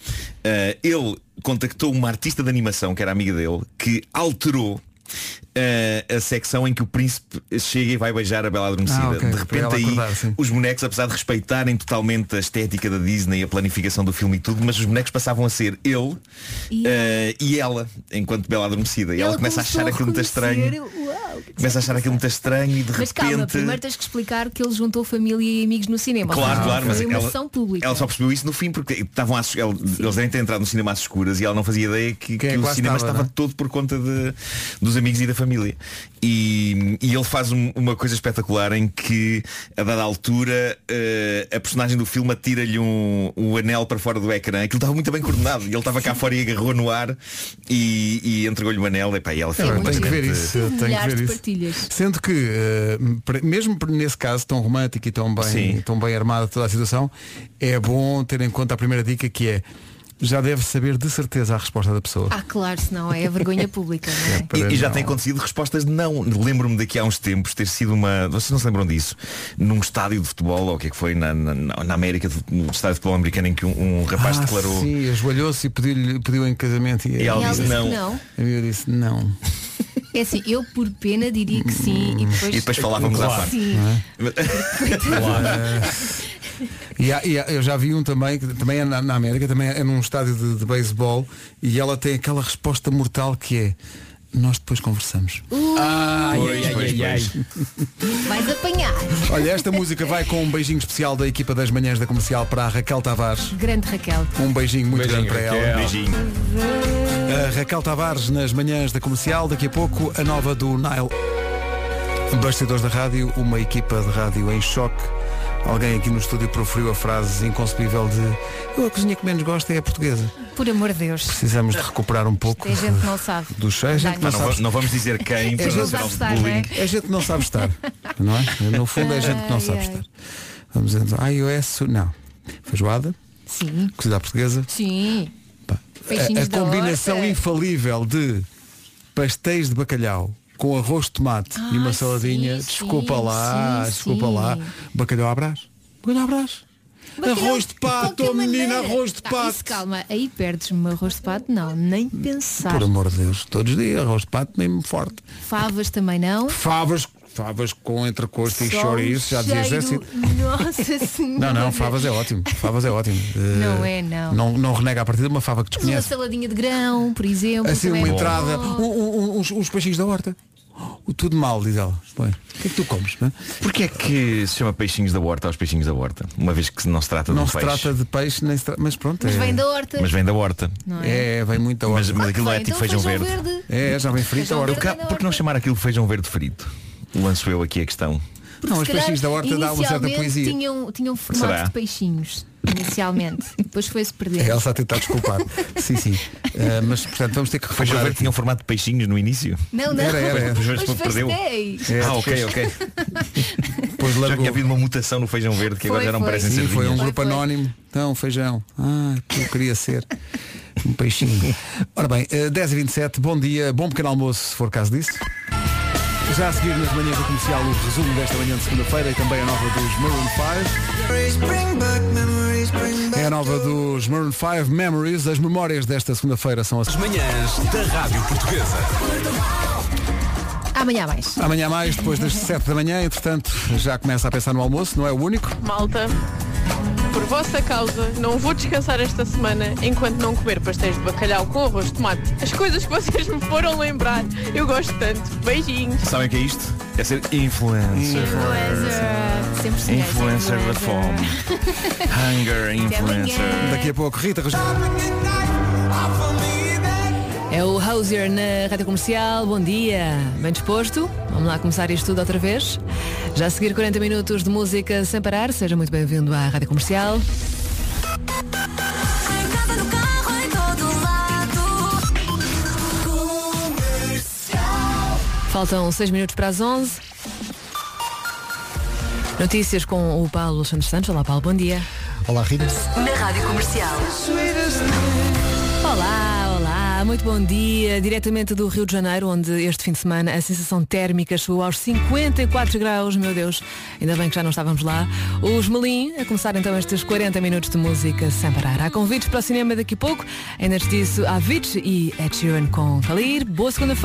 Uh, ele contactou uma artista de animação que era amiga dele que alterou uh, a secção em que o príncipe chega e vai beijar a Bela Adormecida. Ah, ok. De Para ela repente aí acordar, sim. os bonecos, apesar de respeitarem totalmente a estética da Disney, a planificação do filme e tudo, mas os bonecos passavam a ser ele uh, e ela, enquanto Bela Adormecida. E ela, começa a achar aquilo muito estranho. Uau. Começa a achar aquilo muito estranho e de Mas repente. calma, primeiro tens que explicar que ele juntou família e amigos no cinema. Claro, Ou seja, claro, mas foi uma ela- ação pública. Ela só percebeu isso no fim porque estavam às- ela- eles devem ter entrado no cinema às escuras e ela não fazia ideia que, que é que o lá cinema estava, estava não é? todo por conta de- dos amigos e da família. E, e ele faz um- uma coisa espetacular em que a dada altura eh, a personagem do filme atira-lhe um, um anel para fora do ecrã. Aquilo estava muito bem coordenado. E ele estava cá fora e agarrou no ar e, e entregou-lhe o anel. Epá, e ela ficou Eu tenho que ver completamente- isso, eu tenho que Milhares ver de isso. partilhas. Sendo que, eh, pre- mesmo pre- nesse caso tão romântico e tão bem, Sim. tão bem armada toda a situação, é bom ter em conta a primeira dica que é já deve saber de certeza a resposta da pessoa. Ah, claro, senão é a vergonha pública, não é? E, e já não. tem acontecido respostas de não. Lembro-me daqui há uns tempos ter sido uma. Vocês não se lembram disso? Num estádio de futebol, ou o que é que foi, na, na, na América, no estádio de futebol americano, em que um, um rapaz Ah, declarou. [LAUGHS] Sim, ajoelhou-se e pediu, pediu em casamento. E, E ela E ela disse disse não. que não. E eu disse não. É assim, eu por pena diria que sim e depois, Hum, E depois falávamos à parte. é? Sim. E há- e há- eu já vi um também, que também é na, na América, também é num estádio de, de beisebol, e ela tem aquela resposta mortal que é nós depois conversamos. Ai, Pois, pois, pois. Vais apanhar. Olha, esta música vai com um beijinho especial da equipa das manhãs da comercial para a Raquel Tavares. Grande Raquel. Um beijinho muito Beijinho, grande para Raquel. ela. Beijinho. A Raquel Tavares nas manhãs da comercial, daqui a pouco a nova do Nile. Bastidores da rádio, uma equipa de rádio em choque. Alguém aqui no estúdio proferiu a frase inconcebível de eu a cozinha que menos gosto é a portuguesa. Por amor de Deus. Precisamos de recuperar um pouco Tem é gente que não sabe. do chá. A gente não, Ganha. sabe- É Não vamos dizer quem para não é? ser alvo de A gente não sabe estar. Não é? No fundo é gente que não sabe Ai, ai. estar. Vamos dizer, ah, eu é su... Não. Feijoada, Sim. cozida à portuguesa. Sim. A, Peixinhos a da combinação horta. infalível de pastéis de bacalhau com arroz de tomate e uma saladinha. desculpa lá, Ah, sim, desculpa sim. lá. Bacalhau à brás. Bacalhau à brás. Arroz de pato, oh, qualquer menina, maneira. arroz de Tá, pato. isso, calma, aí perdes-me arroz de pato? Não, nem pensar. Por um- amor de Deus, todos os dias, arroz de pato mesmo forte. Favas também não. Favas, favas com entrecosto e Só um chouriço, já dizias cheiro- assim. [LAUGHS] Nossa Não, Senhora. não, favas é ótimo. Favas é ótimo. [LAUGHS] Não Eh, é, não. não. Não renega a partir de uma fava que Uma desconhece. saladinha de grão, por exemplo. Assim, também uma é entrada, um, bom. uns, uns peixinhos da horta. O tudo mal, diz ela. Bem, o que é que tu comes? não é? Porquê é que se chama peixinhos da horta aos peixinhos da horta? Uma vez que não se trata de Não um se peixe. trata de peixe, nem se trata. Mas pronto. Mas é- vem da horta. Mas vem da horta. Não é? vem muito da horta. Mas, mas aquilo não é Então tipo feijão, feijão verde. verde. É, já vem frito Feijão a a horta. Por, horta. cá, verde é da por que não chamar aquilo feijão verde frito? Lanço eu aqui a questão. Porque Não, se os peixinhos da calhar, horta dá uma certa inicialmente poesia. Tinham, tinham um formato Será? de peixinhos, inicialmente. Depois foi-se É, perder. Ela está a tentar desculpar. sim, sim. Eh, mas portanto vamos ter que Feijão recuperar. verde tinha um formato de peixinhos no início? Não, não. Era, era, era. Mas Os perdeu. pastéis. É, ah, ok, [LAUGHS] ok. Já tinha havido uma mutação no feijão verde que agora já não parecem Sim, ser foi um grupo anónimo. Então, feijão. Ah, que eu queria ser. Um [LAUGHS] peixinho. Ora bem, eh, 10h27, bom dia, bom pequeno almoço, se for caso disso. Já a seguir nas manhãs do comercial o resumo desta manhã de segunda-feira e também a nova dos Maroon 5. É a nova dos Maroon 5 Memories. As memórias desta segunda-feira são as Manhãs da Rádio Portuguesa. Amanhã mais. Amanhã mais, depois das 7 da manhã, entretanto, já começa a pensar no almoço, não é o único? Malta, por vossa causa, não vou descansar esta semana enquanto não comer pastéis de bacalhau com arroz de tomate. As coisas que vocês me foram lembrar, eu gosto tanto. Beijinhos. Sabem o que é isto? É ser influencer. Sempre se é? ganha, Influencer sempre da [LAUGHS] fome. Hunger influencer. Daqui a pouco, Rita Rocha. É o Hauser na Rádio Comercial, bom dia, bem disposto? Vamos lá começar isto tudo outra vez. Já a seguir 40 minutos de música sem parar, seja muito bem-vindo à Rádio Comercial. Faltam 6 minutos para as 11. Notícias com o Paulo Santos Santos. Olá Paulo, bom dia. Olá, Rita. Na Rádio Comercial. Olá, olá, muito bom dia. Diretamente do Rio de Janeiro, onde este fim de semana a sensação térmica chegou aos 54 graus, meu Deus, ainda bem que já não estávamos lá. Os Melim, a começar então estes 40 minutos de música sem parar. Há convites para o cinema daqui a pouco, ainda antes disso, há Vitch e Ed Sheeran com Khalid. Boa segunda-feira.